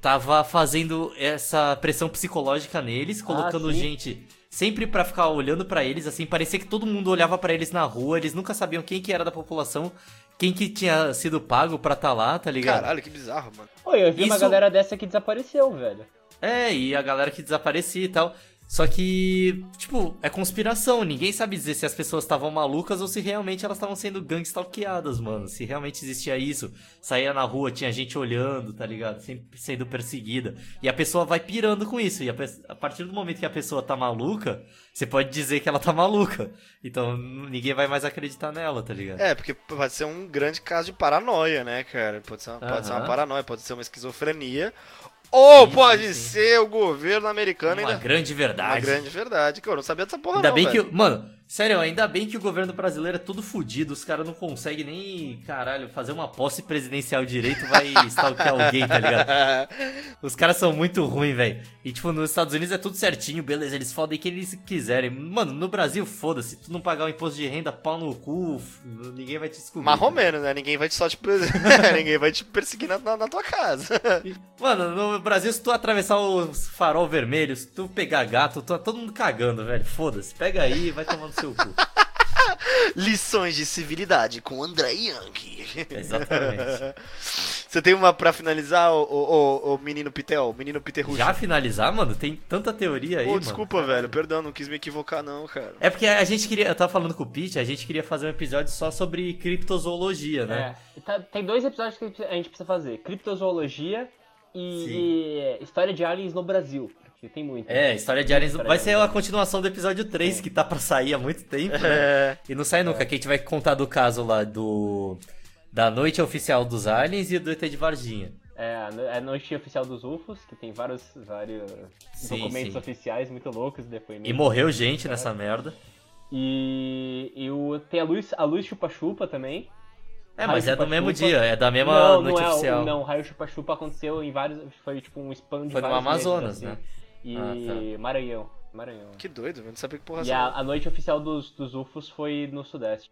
D: tava fazendo essa pressão psicológica neles, colocando
C: sim.
D: gente sempre pra ficar olhando pra eles, assim, parecia que todo mundo olhava pra eles na rua, eles nunca sabiam quem que era da população, quem que tinha sido pago pra tá lá, tá ligado?
A: Caralho, que bizarro, mano.
I: Pô, eu vi uma
D: Isso-
I: galera dessa que desapareceu, velho.
D: É, e a galera que desaparecia e tal. Só que, tipo, é conspiração. Ninguém sabe dizer se as pessoas estavam malucas ou se realmente elas estavam sendo gangstalkeadas, mano. Se realmente existia isso. Saía na rua, tinha gente olhando, tá ligado? Sempre sendo perseguida. E a pessoa vai pirando com isso. E a, pe- a partir do momento que a pessoa tá maluca, você pode dizer que ela tá maluca. Então ninguém vai mais acreditar nela, tá ligado?
A: É, porque pode ser um grande caso de paranoia, né, cara? Pode ser uma, pode ser uma
D: Aham.
A: paranoia, pode ser uma esquizofrenia. Ou
D: Sim,
A: pode
D: sim, sim.
A: ser o governo americano
D: Uma
A: ainda.
D: grande verdade.
A: Uma grande verdade, que eu não sabia dessa porra,
D: Ainda
A: não,
D: bem
A: velho.
D: que. o- Mano, sério, ainda bem que o governo brasileiro é todo fudido. Os caras não conseguem nem, caralho, fazer uma posse presidencial direito, vai stalkear alguém, tá ligado? Os caras são muito ruins, velho. E, tipo, nos Estados Unidos é tudo certinho, beleza, eles fodem quem eles quiserem. Mano, no Brasil, foda-se. Tu não pagar o imposto de renda, pau no cu, f- ninguém vai te descobrir.
A: Mas ou menos, né? Ninguém vai te só te pers- Ninguém vai te perseguir na, na- na tua casa.
D: Mano, no Brasil, se tu atravessar os farol vermelho, se tu pegar gato, tu, tá todo mundo cagando, velho. Foda-se. Pega aí e vai tomar no seu cu.
A: Lições de civilidade com André Young.
D: Exatamente.
A: Você tem uma pra finalizar, o, menino Pitel? Menino Piterrucho?
D: Já finalizar, mano? Tem tanta teoria aí,
A: Pô,
D: mano.
A: desculpa, velho. Perdão, não quis me equivocar, não, cara.
D: É porque a gente queria. Eu tava falando com o Pete, a gente queria fazer um episódio só sobre criptozoologia, né?
I: É. Tá- tem dois episódios que a gente precisa fazer: criptozoologia e, e história de aliens no Brasil. Porque tem muito.
D: É, história de aliens.
I: História
D: Vai
I: de
D: ser a continuação do episódio 3,
I: É.
D: que tá pra sair há muito tempo, né? E não sai nunca, que a gente vai contar do caso lá do. Da noite oficial dos aliens e do ET de Varginha.
I: É, a no- é a noite oficial dos UFOs, que tem vários, vários
D: Sim,
I: documentos
D: sim.
I: oficiais muito loucos,
D: E
I: depoimentos.
D: morreu gente nessa merda.
I: E, e o, tem a luz, a luz chupa-chupa também.
D: É, mas
I: Raio
D: é do mesmo
I: chupa-chupa.
D: dia, é da mesma
I: Ah, não,
D: noite
I: não é,
D: oficial.
I: o Não, raio chupa-chupa aconteceu em vários. Foi tipo um spam de
D: Foi no
I: vários meses, assim.
D: Amazonas, né?
I: E
D: Ah,
I: Maranhão. Maranhão.
A: Que doido, velho. Não sabia que porra
I: E a, a noite oficial dos, dos UFOs foi no Sudeste.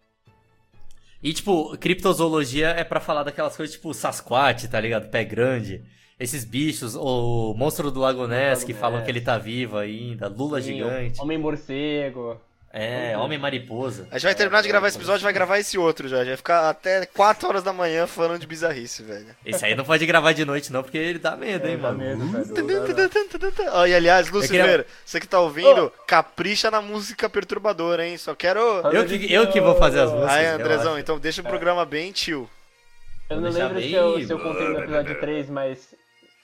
D: E, tipo, criptozoologia é pra falar daquelas coisas tipo Sasquatch, tá ligado? Pé grande. Esses bichos, o monstro do Lago Ness,
I: Lago
D: que falam
I: Ness.
D: que ele tá vivo ainda, Lula
I: Sim,
D: gigante.
I: Homem morcego.
D: É, Homem Mariposa.
A: A gente vai terminar de gravar esse episódio e vai gravar esse outro já. A gente vai ficar até 4 horas da manhã falando de bizarrice, velho.
D: Esse aí não pode gravar de noite, não, porque ele dá
C: É,
D: medo, hein,
I: Dá
D: mano. Uhum. Hum,
I: medo, velho.
A: Ó, e aliás,
D: né? queria-
A: Lucifer, você que tá ouvindo, capricha na música perturbadora, hein? Só quero.
D: Eu que, eu que vou fazer as músicas.
A: Aí,
D: eu
A: Andrezão,
D: acho.
A: então deixa o programa bem tio.
I: Eu não
D: Vou deixar
I: lembro se
D: bem-
I: eu, se eu contei no episódio 3, mas.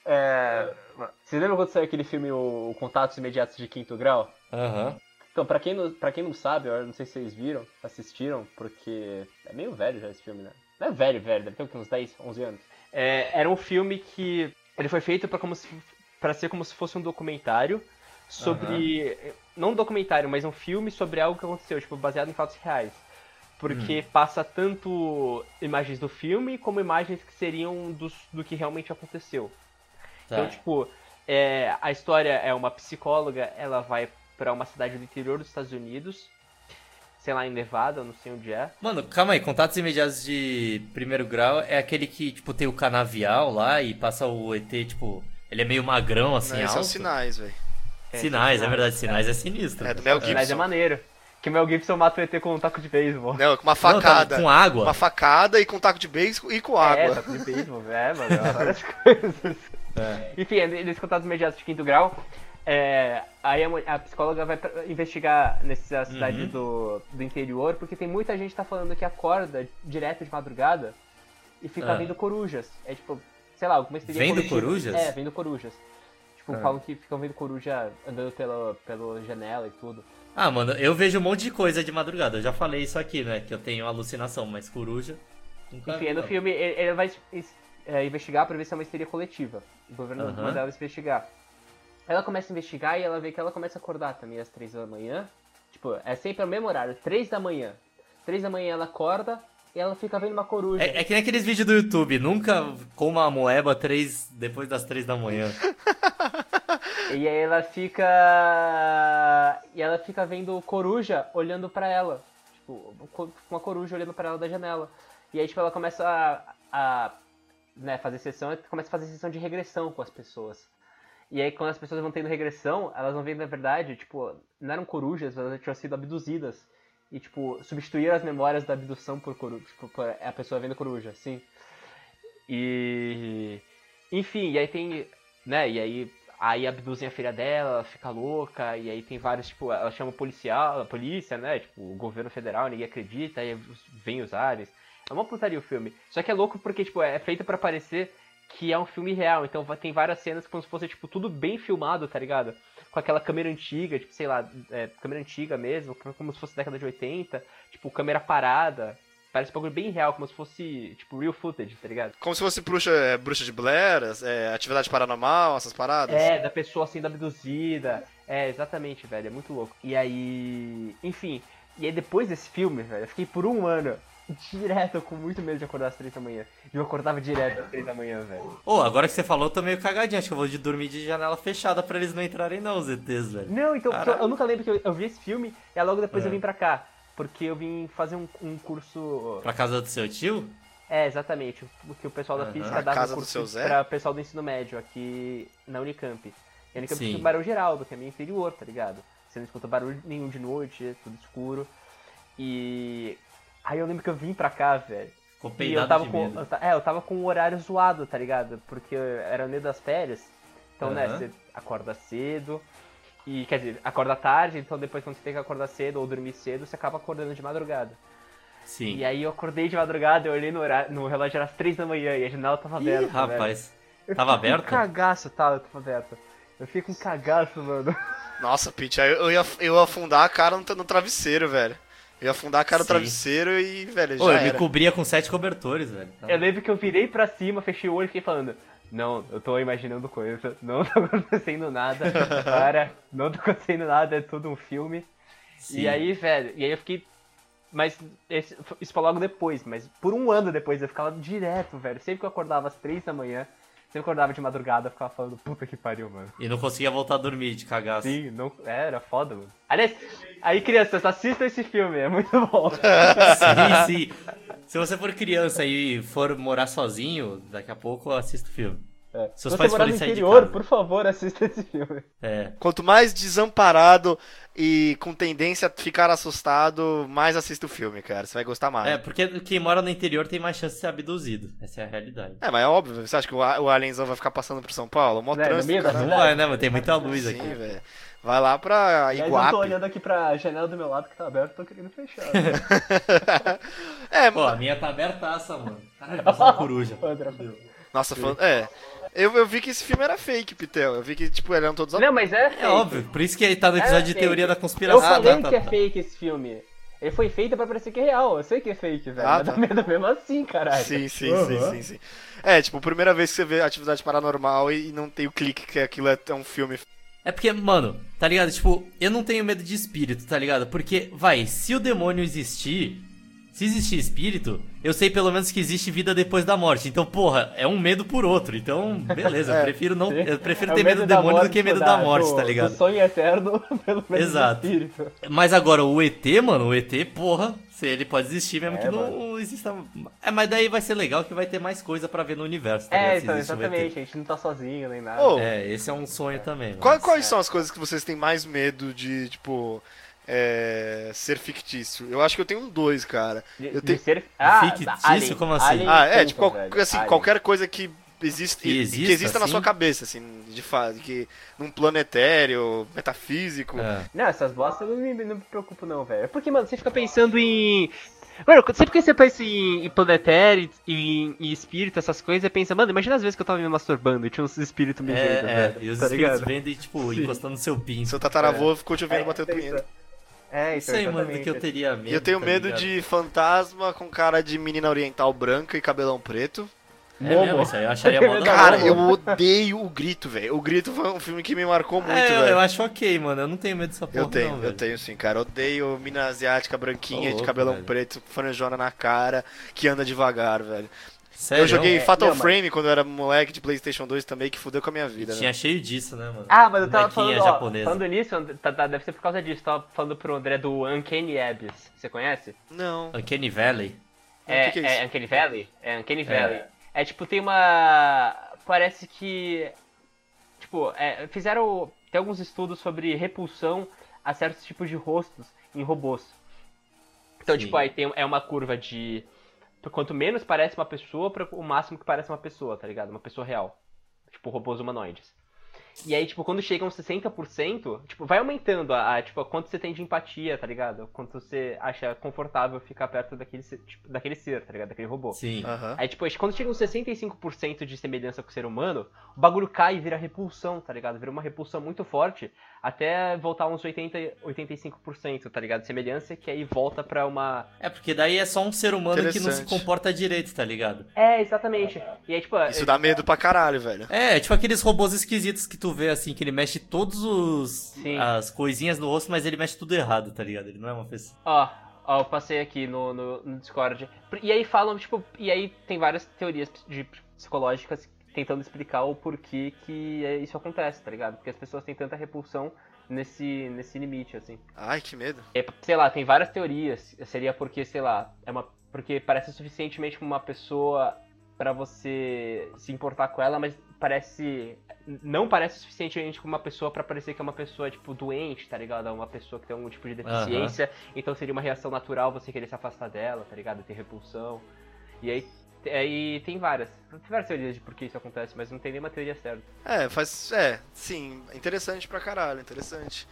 I: É... Vocês lembram quando saiu aquele filme O Contatos Imediatos de Quinto Grau?
D: Aham.
I: Então, pra quem, não, pra quem não sabe, eu não sei se vocês viram, assistiram, porque é meio velho já esse filme, né? Não é velho, velho, deve ter o quê, uns 10, 11 anos.
C: É, era um filme que ele foi feito para como se, pra ser como se fosse um documentário sobre não um documentário, mas um filme sobre algo que aconteceu, tipo baseado em fatos reais. Porque
I: Hum.
C: passa tanto imagens do filme como imagens que seriam dos, do que realmente aconteceu.
D: Tá.
C: Então, tipo, é, a história é uma psicóloga, ela vai pra uma cidade do interior dos Estados Unidos, sei lá, em Nevada, eu não sei onde é.
D: Mano, calma aí, contatos imediatos de primeiro grau é aquele que, tipo, tem o canavial lá e passa o ET, tipo, ele é meio magrão, assim,
A: Né? Esses
D: alto.
A: são sinais, velho.
D: Sinais, é verdade, sinais é sinistro.
A: É do Mel
C: Mas é
A: Gibson.
C: maneiro. Que Mel Gibson mata o ET com um taco de beisebol.
A: Não, com uma
D: Não, tá
A: facada.
D: com água.
A: Uma facada e com um taco de beijo e com
C: É,
I: tá.
A: água.
C: taco de beisebol, é, mano, várias coisas. Enfim, é nesse contatos imediatos de quinto grau, é, aí a, mu- a psicóloga vai pra- investigar nessas cidades
D: Uhum.
C: do, do interior, porque tem muita gente que tá falando que acorda direto de madrugada e fica
D: Ah.
C: vendo corujas. É tipo, sei lá, alguma experiência.
D: Vendo
C: coletiva.
D: corujas? Ah.
C: É, vendo corujas. Tipo, falam que ficam vendo coruja andando pela, pela janela e tudo.
D: Ah, mano, eu vejo um monte de coisa de madrugada. Eu já falei isso aqui, né? Que eu tenho alucinação, mas coruja. Nunca
C: Enfim, é no
D: não.
C: filme ele, ele vai es- é, investigar pra ver se é uma histeria coletiva. O governo
D: Aham.
C: manda ela investigar. Ela começa a investigar e ela vê que ela começa a acordar também às três da manhã. Tipo, é sempre ao mesmo horário, três da manhã. Três da manhã ela acorda e ela fica vendo uma coruja.
D: É, é que nem aqueles vídeos do YouTube, nunca coma a moeba três, depois das três da manhã.
C: E aí ela fica. E ela fica vendo coruja olhando pra ela. Tipo, co- uma coruja olhando pra ela da janela. E aí, tipo, ela começa a, a, né, fazer sessão e começa a fazer sessão de regressão com as pessoas. E aí, quando as pessoas vão tendo regressão, elas vão vendo, na verdade, tipo, não eram corujas, elas tinham sido abduzidas. E, tipo, substituíram as memórias da abdução por coruja. Tipo, por a pessoa vendo coruja, assim. E. Enfim, e aí tem. Né, e aí Aí abduzem a filha dela, ela fica louca, e aí tem vários, tipo, ela chama o policial, a polícia, né? Tipo, o governo federal, ninguém acredita, aí os- vem os aliens. É uma putaria o filme. Só que é louco porque, tipo, é feito pra parecer que é um filme real. Então va- tem várias cenas como se fosse, tipo, tudo bem filmado, tá ligado? Com aquela câmera antiga, tipo, sei lá, é, câmera antiga mesmo, como se fosse década de 80, tipo, câmera parada. Parece um bagulho bem real, como se fosse, tipo, real footage, tá ligado?
A: Como se fosse bruxa, é, bruxa de Blair, é, atividade paranormal, essas paradas.
C: É, da pessoa sendo abduzida. É, exatamente, velho. É muito louco. E aí. Enfim. E aí depois desse filme, velho, eu fiquei por um ano direto com muito medo de acordar às três da manhã. E eu acordava direto às três da manhã, velho.
D: Ô, agora que você falou, eu tô meio cagadinho. Acho que eu vou de dormir de janela fechada pra eles não entrarem, não, os ETs, velho.
C: Não, então,
D: Caralho.
C: eu nunca lembro que eu, eu vi esse filme e aí logo depois
D: É.
C: eu vim pra cá. Porque eu vim fazer um, um curso.
D: Pra casa do seu tio?
C: É, exatamente. O que o pessoal da
D: Aham.
C: física
A: Na
C: dava
A: casa
C: um
A: do seu
C: curso
A: Zé?
C: pra pessoal do ensino médio aqui na Unicamp. E a Unicamp
D: Sim.
C: fica em Barão Geraldo, que é meio interior, tá ligado? Você não escuta barulho nenhum de noite, é tudo escuro. E. Aí eu lembro que eu vim pra cá, velho.
D: Ficou
C: E eu
D: peidado
C: tava
D: de
C: com.
D: medo.
C: eu ta- é, eu tava com o horário zoado, tá ligado? Porque era o meio das férias. Então, né,
D: Aham.
C: você acorda cedo. E quer dizer, acorda tarde, então depois quando você tem que acordar cedo ou dormir cedo, você acaba acordando de madrugada.
D: Sim.
C: E aí eu acordei de madrugada, eu olhei no, horário, no relógio, era às 3 da manhã e a janela tava
D: Ih,
C: aberta. né, velho.
D: rapaz.
C: Eu
D: Tava
C: fiquei com
D: aberta?
C: Um cagaço, tava, tava aberta. Eu fiquei com um cagaço, mano.
A: Nossa, Pete, aí eu ia, eu ia afundar a cara no, tra- no travesseiro, velho. Eu ia afundar a cara no
D: Sim.
A: travesseiro e, velho, já
D: Ô, eu me
A: era.
D: cobria com sete cobertores, velho. Tá
C: Eu lembro que eu virei pra cima, fechei o olho e fiquei falando. Não, eu tô imaginando coisa, não tá acontecendo nada, cara, não tá acontecendo nada, é tudo um filme.
D: Sim.
C: E aí, velho, e aí eu fiquei. Mas esse, isso foi logo depois, mas por um ano depois eu ficava direto, velho. Sempre que eu acordava às 3 da manhã, sempre que eu acordava de madrugada, eu ficava falando, puta que pariu, mano.
D: E não conseguia voltar a dormir de cagaço.
C: Sim, não... é, era foda, mano. Aliás, aí crianças, assistam esse filme, é muito bom.
D: Sim, sim. Se você for criança e for morar sozinho, daqui a pouco assista o filme.
I: É.
D: Seus
I: Se você
D: pais
I: morar no
D: forem sair de
I: interior,
D: casa.
I: por favor, assista esse filme.
D: É.
A: Quanto mais desamparado e com tendência a ficar assustado, mais assista o filme, cara. Você vai gostar mais.
D: É, porque quem mora no interior tem mais chance de ser abduzido. Essa é a realidade.
A: É, mas é óbvio, você acha que o, a- o Alienzão vai ficar passando por São Paulo? Mó
I: Né, no
A: trânsito,
I: meio da
A: cara.
D: Não é, né, mano? Tem muita luz
A: Sim,
D: aqui.
A: velho. Vai lá pra
I: Mas eu tô
A: Iguape.
I: olhando aqui pra janela do meu lado que tá aberta, tô querendo fechar. né?
A: é,
D: Pô, a minha tá abertaça, mano. Caralho, mas uma coruja.
I: Outra.
A: nossa, fã- é. Eu, eu vi que esse filme era fake, Pitel. Eu vi que, tipo, eram todos
C: Não, mas é.
D: É óbvio, por isso que ele tá no episódio de
I: fake.
D: teoria da
I: É, Eu
D: conspiração.
I: falei
D: tá,
I: que é
D: tá.
I: fake esse filme. Ele foi feito pra parecer que é real. Eu sei que é fake, velho.
A: Ah,
I: mas
A: tá.
I: dá medo mesmo assim, caralho.
A: Sim, sim, sim, sim, sim. É, tipo, primeira vez que você vê atividade paranormal e não tem o clique que aquilo é é um filme.
D: É porque, mano, tá ligado? Tipo, eu não tenho medo de espírito, tá ligado? Porque, vai, se o demônio existir, se existir espírito, eu sei pelo menos que existe vida depois da morte. Então, porra, é um medo por outro. Então, beleza, eu prefiro não. Eu prefiro
I: É o
D: ter medo do
I: da
D: demônio do
I: morte,
D: que medo
I: tipo,
D: da morte,
I: do-
D: tá ligado?
I: Do sonho eterno pelo menos
D: Exato.
I: do espírito.
D: Mas agora, o ET, mano, o ET, porra, se ele pode existir mesmo
I: É,
D: que não exista. É, mas daí vai ser legal que vai ter mais coisa pra ver no universo, tá
I: É,
D: ligado? Se
I: então,
D: existe um ET.
I: exatamente. A gente não tá sozinho nem nada.
A: Ô,
D: É, esse é um sonho também. mano. É.
A: qual- é quais são as coisas que vocês têm mais medo de, tipo, é, ser fictício? Eu acho que eu tenho um dois, cara.
I: De,
A: eu
I: de
A: tenho-
I: ser... ah,
D: Fictício?
I: da- Alien,
D: Como assim?
I: Alien
A: Ah, é,
I: Phantom,
A: tipo, qual-
I: velho,
A: assim,
I: Alien.
A: qualquer coisa que existe, que exista,
D: Que exista,
A: que exista na
D: assim?
A: sua cabeça, assim, de fato, que num plano etéreo, metafísico.
D: É.
I: Não, essas bostas eu não me, não me preocupo não, velho. Porque, mano, você fica pensando em... Mano, sempre que você pensa em, em planetério, em, em espírito, essas coisas, você pensa, mano, imagina as vezes que eu tava me masturbando e tinha uns espíritos me vendo,
D: É, é,
A: né?
I: velho.
D: e os
I: tá
D: espíritos
I: ligado?
D: vendo e, tipo, encostando no seu pinto.
A: Seu tataravô
D: é.
A: ficou te ouvindo bater o
I: tem
A: punheta.
I: É,
D: Isso
I: então,
D: aí, mano, do
I: exatamente.
D: que eu teria medo.
A: E eu tenho
D: tá
A: medo
D: ligado?
A: de fantasma com cara de menina oriental branca e cabelão preto.
D: É mesmo,
I: Momo.
D: isso aí, eu acharia mó da
A: Cara,
D: hora.
A: eu odeio o grito, velho. O grito foi um filme que me marcou muito,
D: É, eu, eu
A: velho.
D: acho ok, mano. Eu não tenho medo dessa porra,
A: Eu tenho,
D: não,
A: eu
D: velho.
A: tenho sim, cara. Eu Odeio mina asiática branquinha,
D: Ô, louco,
A: de cabelão
D: velho.
A: preto, franjona na cara, que anda devagar, velho.
D: Sério?
A: eu joguei
I: É,
A: Fatal
I: não, mas-
A: Frame quando eu era moleque de Playstation 2 também, que fudeu com a minha vida, né?
D: Tinha cheio disso, né, mano?
C: Ah, mas eu tava
D: Bonequinha
C: falando, ó,
D: japonesa.
C: falando nisso, And- tá, tá, deve ser por causa disso. Tava falando pro André do Uncanny Abyss. Você conhece?
A: né? Não.
D: Uncanny Valley.
A: o que que é isso?
C: Uncanny Valley? É Uncanny Valley. É tipo, tem uma. Parece que. Tipo, é, fizeram. Tem alguns estudos sobre repulsão a certos tipos de rostos em robôs. Então,
D: Sim.
C: tipo, aí tem, é uma curva de. por Quanto menos parece uma pessoa, pra- o máximo que parece uma pessoa, tá ligado? Uma pessoa real. Tipo, robôs humanoides. E aí, tipo, quando chegam 60%, tipo, vai aumentando a, a, tipo, a quanto você tem de empatia, tá ligado? Quanto você acha confortável ficar perto daquele, se- tipo, daquele ser, tá ligado? Daquele robô.
D: Sim.
A: Aham.
C: Aí, tipo, quando chega uns 65% de semelhança com o ser humano, o bagulho cai e vira repulsão, tá ligado? Vira uma repulsão muito forte, até voltar uns 80, e 85%, tá ligado? Semelhança, que aí volta pra uma...
D: É porque daí é só um ser humano que não se
A: Interessante.
D: comporta direito, tá ligado?
C: É, exatamente. E aí, tipo...
A: Isso dá medo pra caralho, velho.
D: É, tipo aqueles robôs esquisitos que tu vê assim, que ele mexe todos os
C: Sim.
D: as coisinhas no rosto, mas ele mexe tudo errado, tá ligado? Ele não é uma pessoa.
C: Ó, ó, eu passei aqui no, no, no Discord. E aí falam, tipo, e aí tem várias teorias ps- de psicológicas tentando explicar o porquê que é- isso acontece, tá ligado? Porque as pessoas têm tanta repulsão nesse, nesse limite, assim.
A: Ai, que medo.
C: É, sei lá, tem várias teorias. Seria porque, sei lá, é uma. Porque parece suficientemente uma pessoa pra você se importar com ela, mas parece. Não parece suficientemente com uma pessoa pra parecer que é uma pessoa, tipo, doente, tá ligado? É Uma pessoa que tem algum tipo de deficiência. Então seria uma reação natural você querer se afastar dela, tá ligado? Ter repulsão. E aí. Aí tem várias. Tem várias teorias de por que isso acontece, mas não tem nenhuma teoria certa.
A: É, faz. É, sim, interessante pra caralho, interessante.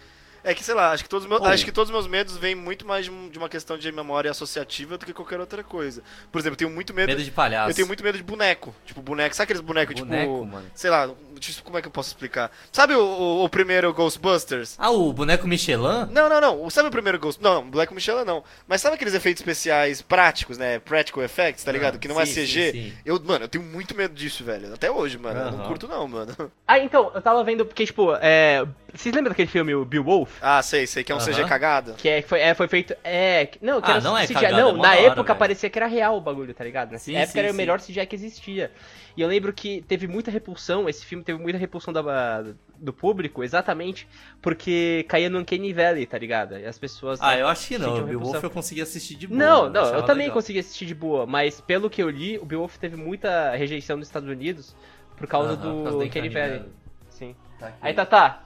A: É que, sei lá, acho que todos os meus,
D: Pô.
A: acho que todos os meus medos vêm muito mais de um- de uma questão de memória associativa do que qualquer outra coisa. Por exemplo, eu tenho muito medo.
D: Medo de palhaço.
A: eu tenho muito medo de boneco. Tipo, boneco. Sabe aqueles bonecos,
D: boneco,
A: tipo.
D: mano.
A: Sei lá, deixa eu- como é que eu posso explicar? Sabe o, o- o primeiro Ghostbusters?
D: Ah, o boneco Michelin?
A: Não, não, não. O- Sabe o primeiro Ghost? Não, não, Black Michela não. Mas sabe aqueles efeitos especiais práticos, né? Practical effects, tá ligado? Que não é
D: Ah, Sim,
A: CG.
D: sim, sim.
A: Eu, mano, eu tenho muito medo disso, velho. Até hoje, mano. Eu não
D: Aham.
A: curto, não, mano.
C: Ah, então, eu tava vendo, porque, tipo, é... Vocês lembram daquele filme, o Beowulf?
A: Ah, sei, sei que é um CG
D: Aham.
A: cagado.
C: Que é, foi, é, foi feito. É. que- Não, que
D: Ah,
C: era
D: não é
C: CGI.
D: cagada, é
C: não,
D: mó
C: na
D: da hora,
C: época
D: velho.
C: parecia que era real o bagulho, tá ligado? Nessa
D: Sim,
C: época
D: sim,
C: era o
D: sim.
C: melhor CGI que existia. E eu lembro que teve muita repulsão, esse filme teve muita repulsão da, do público, exatamente porque caía no Uncanny Valley, tá ligado? E as pessoas.
D: Ah, eu acho que não.
C: Senti
D: O
C: uma
D: Beowulf
C: repulsão.
D: eu consegui assistir de boa.
C: Não, não,
D: achava
C: eu também
D: legal.
C: consegui assistir de boa, mas pelo que eu li, o Beowulf teve muita rejeição nos Estados Unidos por causa
D: Aham,
C: do
D: por causa do
C: Uncanny
D: Uncanny
C: Valley.
D: Valley.
C: Sim.
D: Tá aqui.
C: Aí, Tatá,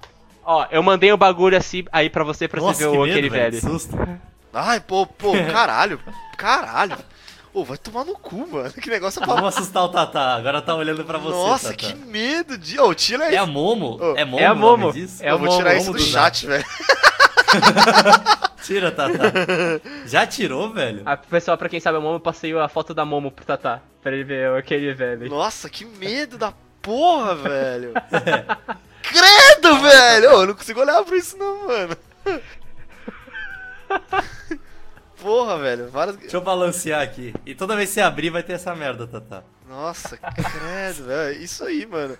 C: ó, eu mandei o bagulho assim aí pra você pra
D: Nossa,
C: você ver o
D: que medo,
C: Uncanny
D: velho.
C: Valley.
D: que susto.
A: Ai, pô, pô, caralho. Caralho. Ô, vai tomar no cu, mano. Que negócio é pra...
D: Vamos assustar o Tatá. Agora tá olhando pra você,
A: Nossa,
D: Tatá.
A: que medo de. Ô, tira
D: É
A: isso.
D: a Momo?
A: Ô,
D: é Momo?
C: é a
D: o nome
C: Momo,
D: disso?
C: é a
A: Eu vou tirar
D: Momo
A: isso do
D: do
A: chat, velho.
D: Tira, Tatá. Já tirou, velho?
C: Ah, pessoal, pra quem sabe a Momo, eu passei a foto da Momo pro Tatá. Pra ele ver o aquele velho.
A: Nossa, que medo da porra, velho. Credo, velho. Ô, eu não consigo olhar pra isso, não, mano. Porra, velho. Várias.
D: Deixa eu balancear aqui. E toda vez que você abrir, vai ter essa merda, Tatá.
A: Nossa, credo, velho. Isso aí, mano.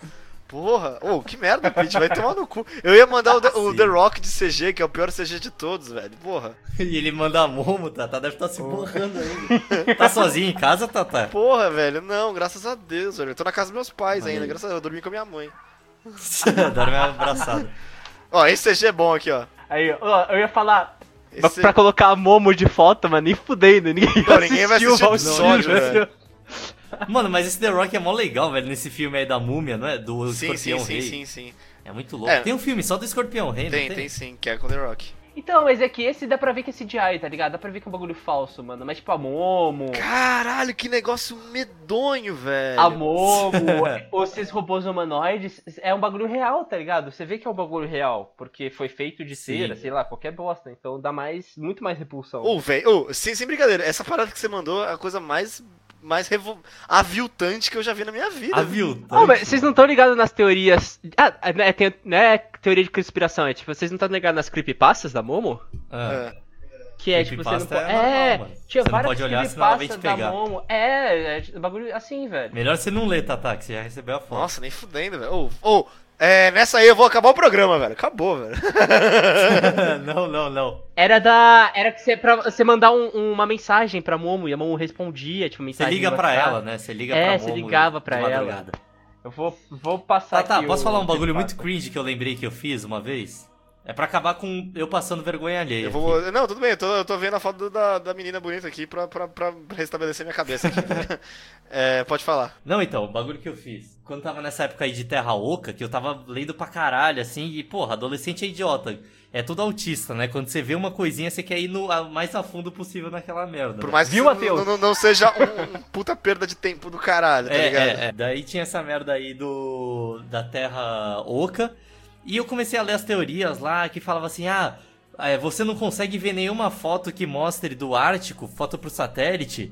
A: Porra, ô, que merda, Pete, vai tomar no cu. Eu ia mandar o The, o
D: Sim.
A: The Rock de CG, que é o pior CG de todos, velho. Porra,
D: E ele manda a Momo, Tatá deve estar se borrando ainda. Tá sozinho em casa, Tatá?
A: porra, velho, não, graças a Deus, velho. Eu tô na casa dos meus pais ainda, graças a Deus, eu dormi com a minha mãe.
D: Adoro minha abraçada.
A: Ó, esse CG é bom aqui, ó.
C: Aí, ó, eu ia falar pra,
A: Esse...
C: pra colocar a Momo de foto, mano, nem fudendo, ninguém
A: Não, ninguém vai
C: assistiu o
A: assistir
C: Val
A: episódio,
C: Kilmer.
A: velho.
D: Mano, mas esse The Rock é mó legal, velho, nesse filme aí da múmia, não é? Do
A: Sim, sim,
D: Escorpião
A: sim,
D: Rei.
A: sim, sim.
D: É muito louco.
A: É.
D: Tem um filme só do Escorpião Rei, não
A: Tem, tem sim, que é com The Rock.
C: Então, mas é que esse dá pra ver que é CGI, tá ligado? Dá pra ver que é um bagulho falso, mano. Mas tipo, a Momo,
A: Caralho, que negócio medonho, velho.
C: a Momo, ou esses robôs humanoides, é um bagulho real, tá ligado? Você vê que é um bagulho real, porque foi feito de
D: Sim.
C: cera, sei lá, qualquer bosta. Então dá mais, muito mais repulsão.
A: Ô, velho, ô, sem, sem brincadeira, essa parada que você mandou é a coisa mais, mais revol... aviltante que eu já vi na minha vida.
D: A viu?
C: Ô, mas vocês não estão ligados nas teorias. Ah, é, tem, não é teoria de conspiração, é tipo, vocês não estão ligados nas creepypastas da Momo?
A: É.
C: Que é, tipo, você não
D: Creepypasta
C: pode.
D: Ah, é normal,
C: É,
D: mano.
C: tinha
D: Você não
C: várias
D: pode olhar, senão ela vem te
C: creepypastas da
D: pegar.
C: Momo. É, é, bagulho assim, velho.
D: Melhor você não ler, Tatá, que você já recebeu a foto.
A: Nossa, nem fudendo, velho. Ô, ô, é, nessa aí eu vou acabar o programa, velho. Acabou, velho.
D: não, não, não.
C: Era da. Era que você, pra você mandar um- uma mensagem pra Momo e a Momo respondia, tipo,
D: Você
C: mensagem.
D: liga
C: no
D: pra
C: WhatsApp.
D: ela, né? Você liga
C: É,
D: pra
C: você
D: Momo
C: ligava
D: de
C: pra ela.
D: madrugada.
C: Eu vou, vou passar.
D: Tá, tá,
C: aqui
D: posso
C: o-
D: falar um bagulho
C: creepypasta.
D: muito cringe que eu lembrei que eu fiz uma vez? É pra acabar com eu passando vergonha alheia.
A: Eu vou...
D: aqui.
A: Não, tudo bem, eu tô, eu tô vendo a foto do- da, da menina bonita aqui pra, pra, pra restabelecer minha cabeça aqui. é, pode falar.
D: Não, então, o bagulho que eu fiz. Quando tava nessa época aí de Terra Oca, que eu tava lendo pra caralho, assim, e porra, adolescente é idiota. É tudo autista, né? Quando você vê uma coisinha, você quer ir no, a- mais a fundo possível naquela merda.
A: Por
D: né?
A: mais que
C: Viu,
A: isso
C: Matheus?
A: não, não, não seja um, um puta perda de tempo do caralho, tá
D: É,
A: ligado?
D: é, é. Daí tinha essa merda aí do da Terra Oca. E eu comecei a ler as teorias lá que falava assim: "Ah, é, você não consegue ver nenhuma foto que mostre do Ártico, foto pro satélite,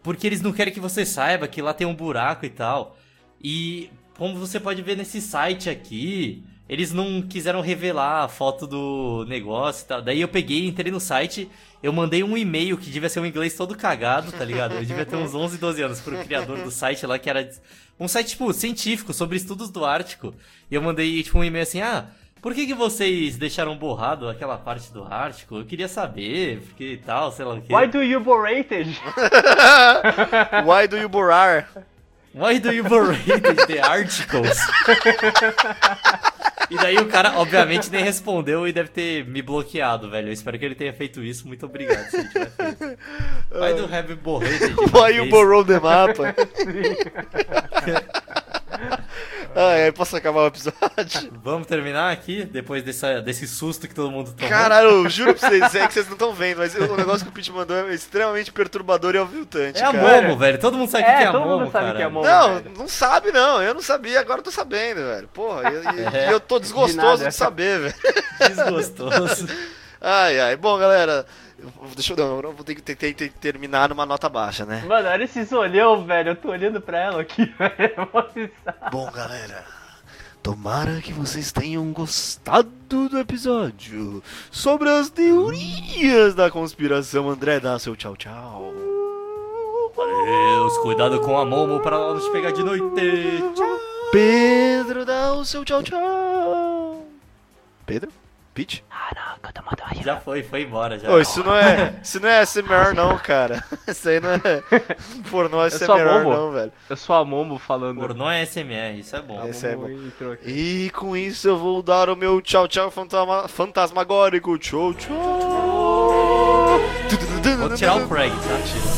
D: porque eles não querem que você saiba que lá tem um buraco e tal". E como você pode ver nesse site aqui, eles não quiseram revelar a foto do negócio e tal. Daí eu peguei, entrei no site, eu mandei um e-mail que devia ser um inglês todo cagado, tá ligado? Eu devia ter uns 11, 12 anos pro criador do site lá, que era um site, tipo, científico, sobre estudos do Ártico. E eu mandei, tipo, um e-mail assim, ah, por que que vocês deixaram borrado aquela parte do Ártico? Eu queria saber, porque tal, sei lá o quê.
C: Why do you borated?
A: Why do you borar?
D: Why do you overrated the articles? e daí o cara, obviamente, nem respondeu e deve ter me bloqueado, velho. Eu espero que ele tenha feito isso. Muito obrigado se ele tiver feito. Why do you have borrated?
A: Why you borrow the mapa? Ai, ai, Ah, é, posso acabar o episódio?
D: Vamos terminar aqui, depois dessa, desse susto que todo mundo tomou.
A: Caralho, eu juro pra vocês, é que vocês não estão vendo, mas o negócio que o Pete mandou é extremamente perturbador e alviltante,
D: é a
A: cara.
D: Momo, velho. Todo mundo sabe o
C: É,
D: que é a
C: todo
D: Momo,
C: mundo sabe
D: cara.
C: que é a Momo.
A: Não,
C: velho.
A: não sabe não, eu não sabia, agora eu tô sabendo, velho. Porra, e, e-
D: É.
A: e eu tô desgostoso de,
C: nada.
A: saber, velho.
D: Desgostoso.
A: Ai, ai. Bom, galera, eu- deixa eu dar, eu vou ter que ter- ter- ter- terminar numa nota baixa, né?
C: Mano, olha esse olhão, velho. Eu tô olhando pra ela aqui, velho. Eu vou avisar.
A: Bom, galera, tomara que vocês tenham gostado do episódio sobre as teorias da conspiração. André, dá seu tchau, tchau.
D: Deus, cuidado com a Momo pra ela não te pegar de noite. Tchau.
A: Pedro, dá o seu tchau, tchau. Pedro? Peach?
D: Já foi, foi embora já.
A: Ô, isso não é. Isso não é SMR não, cara. Isso aí não é. Pornô é
I: Eu sou a
A: SMR
I: Momo.
A: não, velho.
I: Eu sou a Momo falando.
D: Pornô é SMR, isso é bom.
A: Esse é
I: Momo
A: bom.
I: entrou aqui.
A: E com isso eu vou dar o meu tchau tchau fantasma- fantasmagórico. Tchau, tchau.
D: Vou tirar o Craig, tá?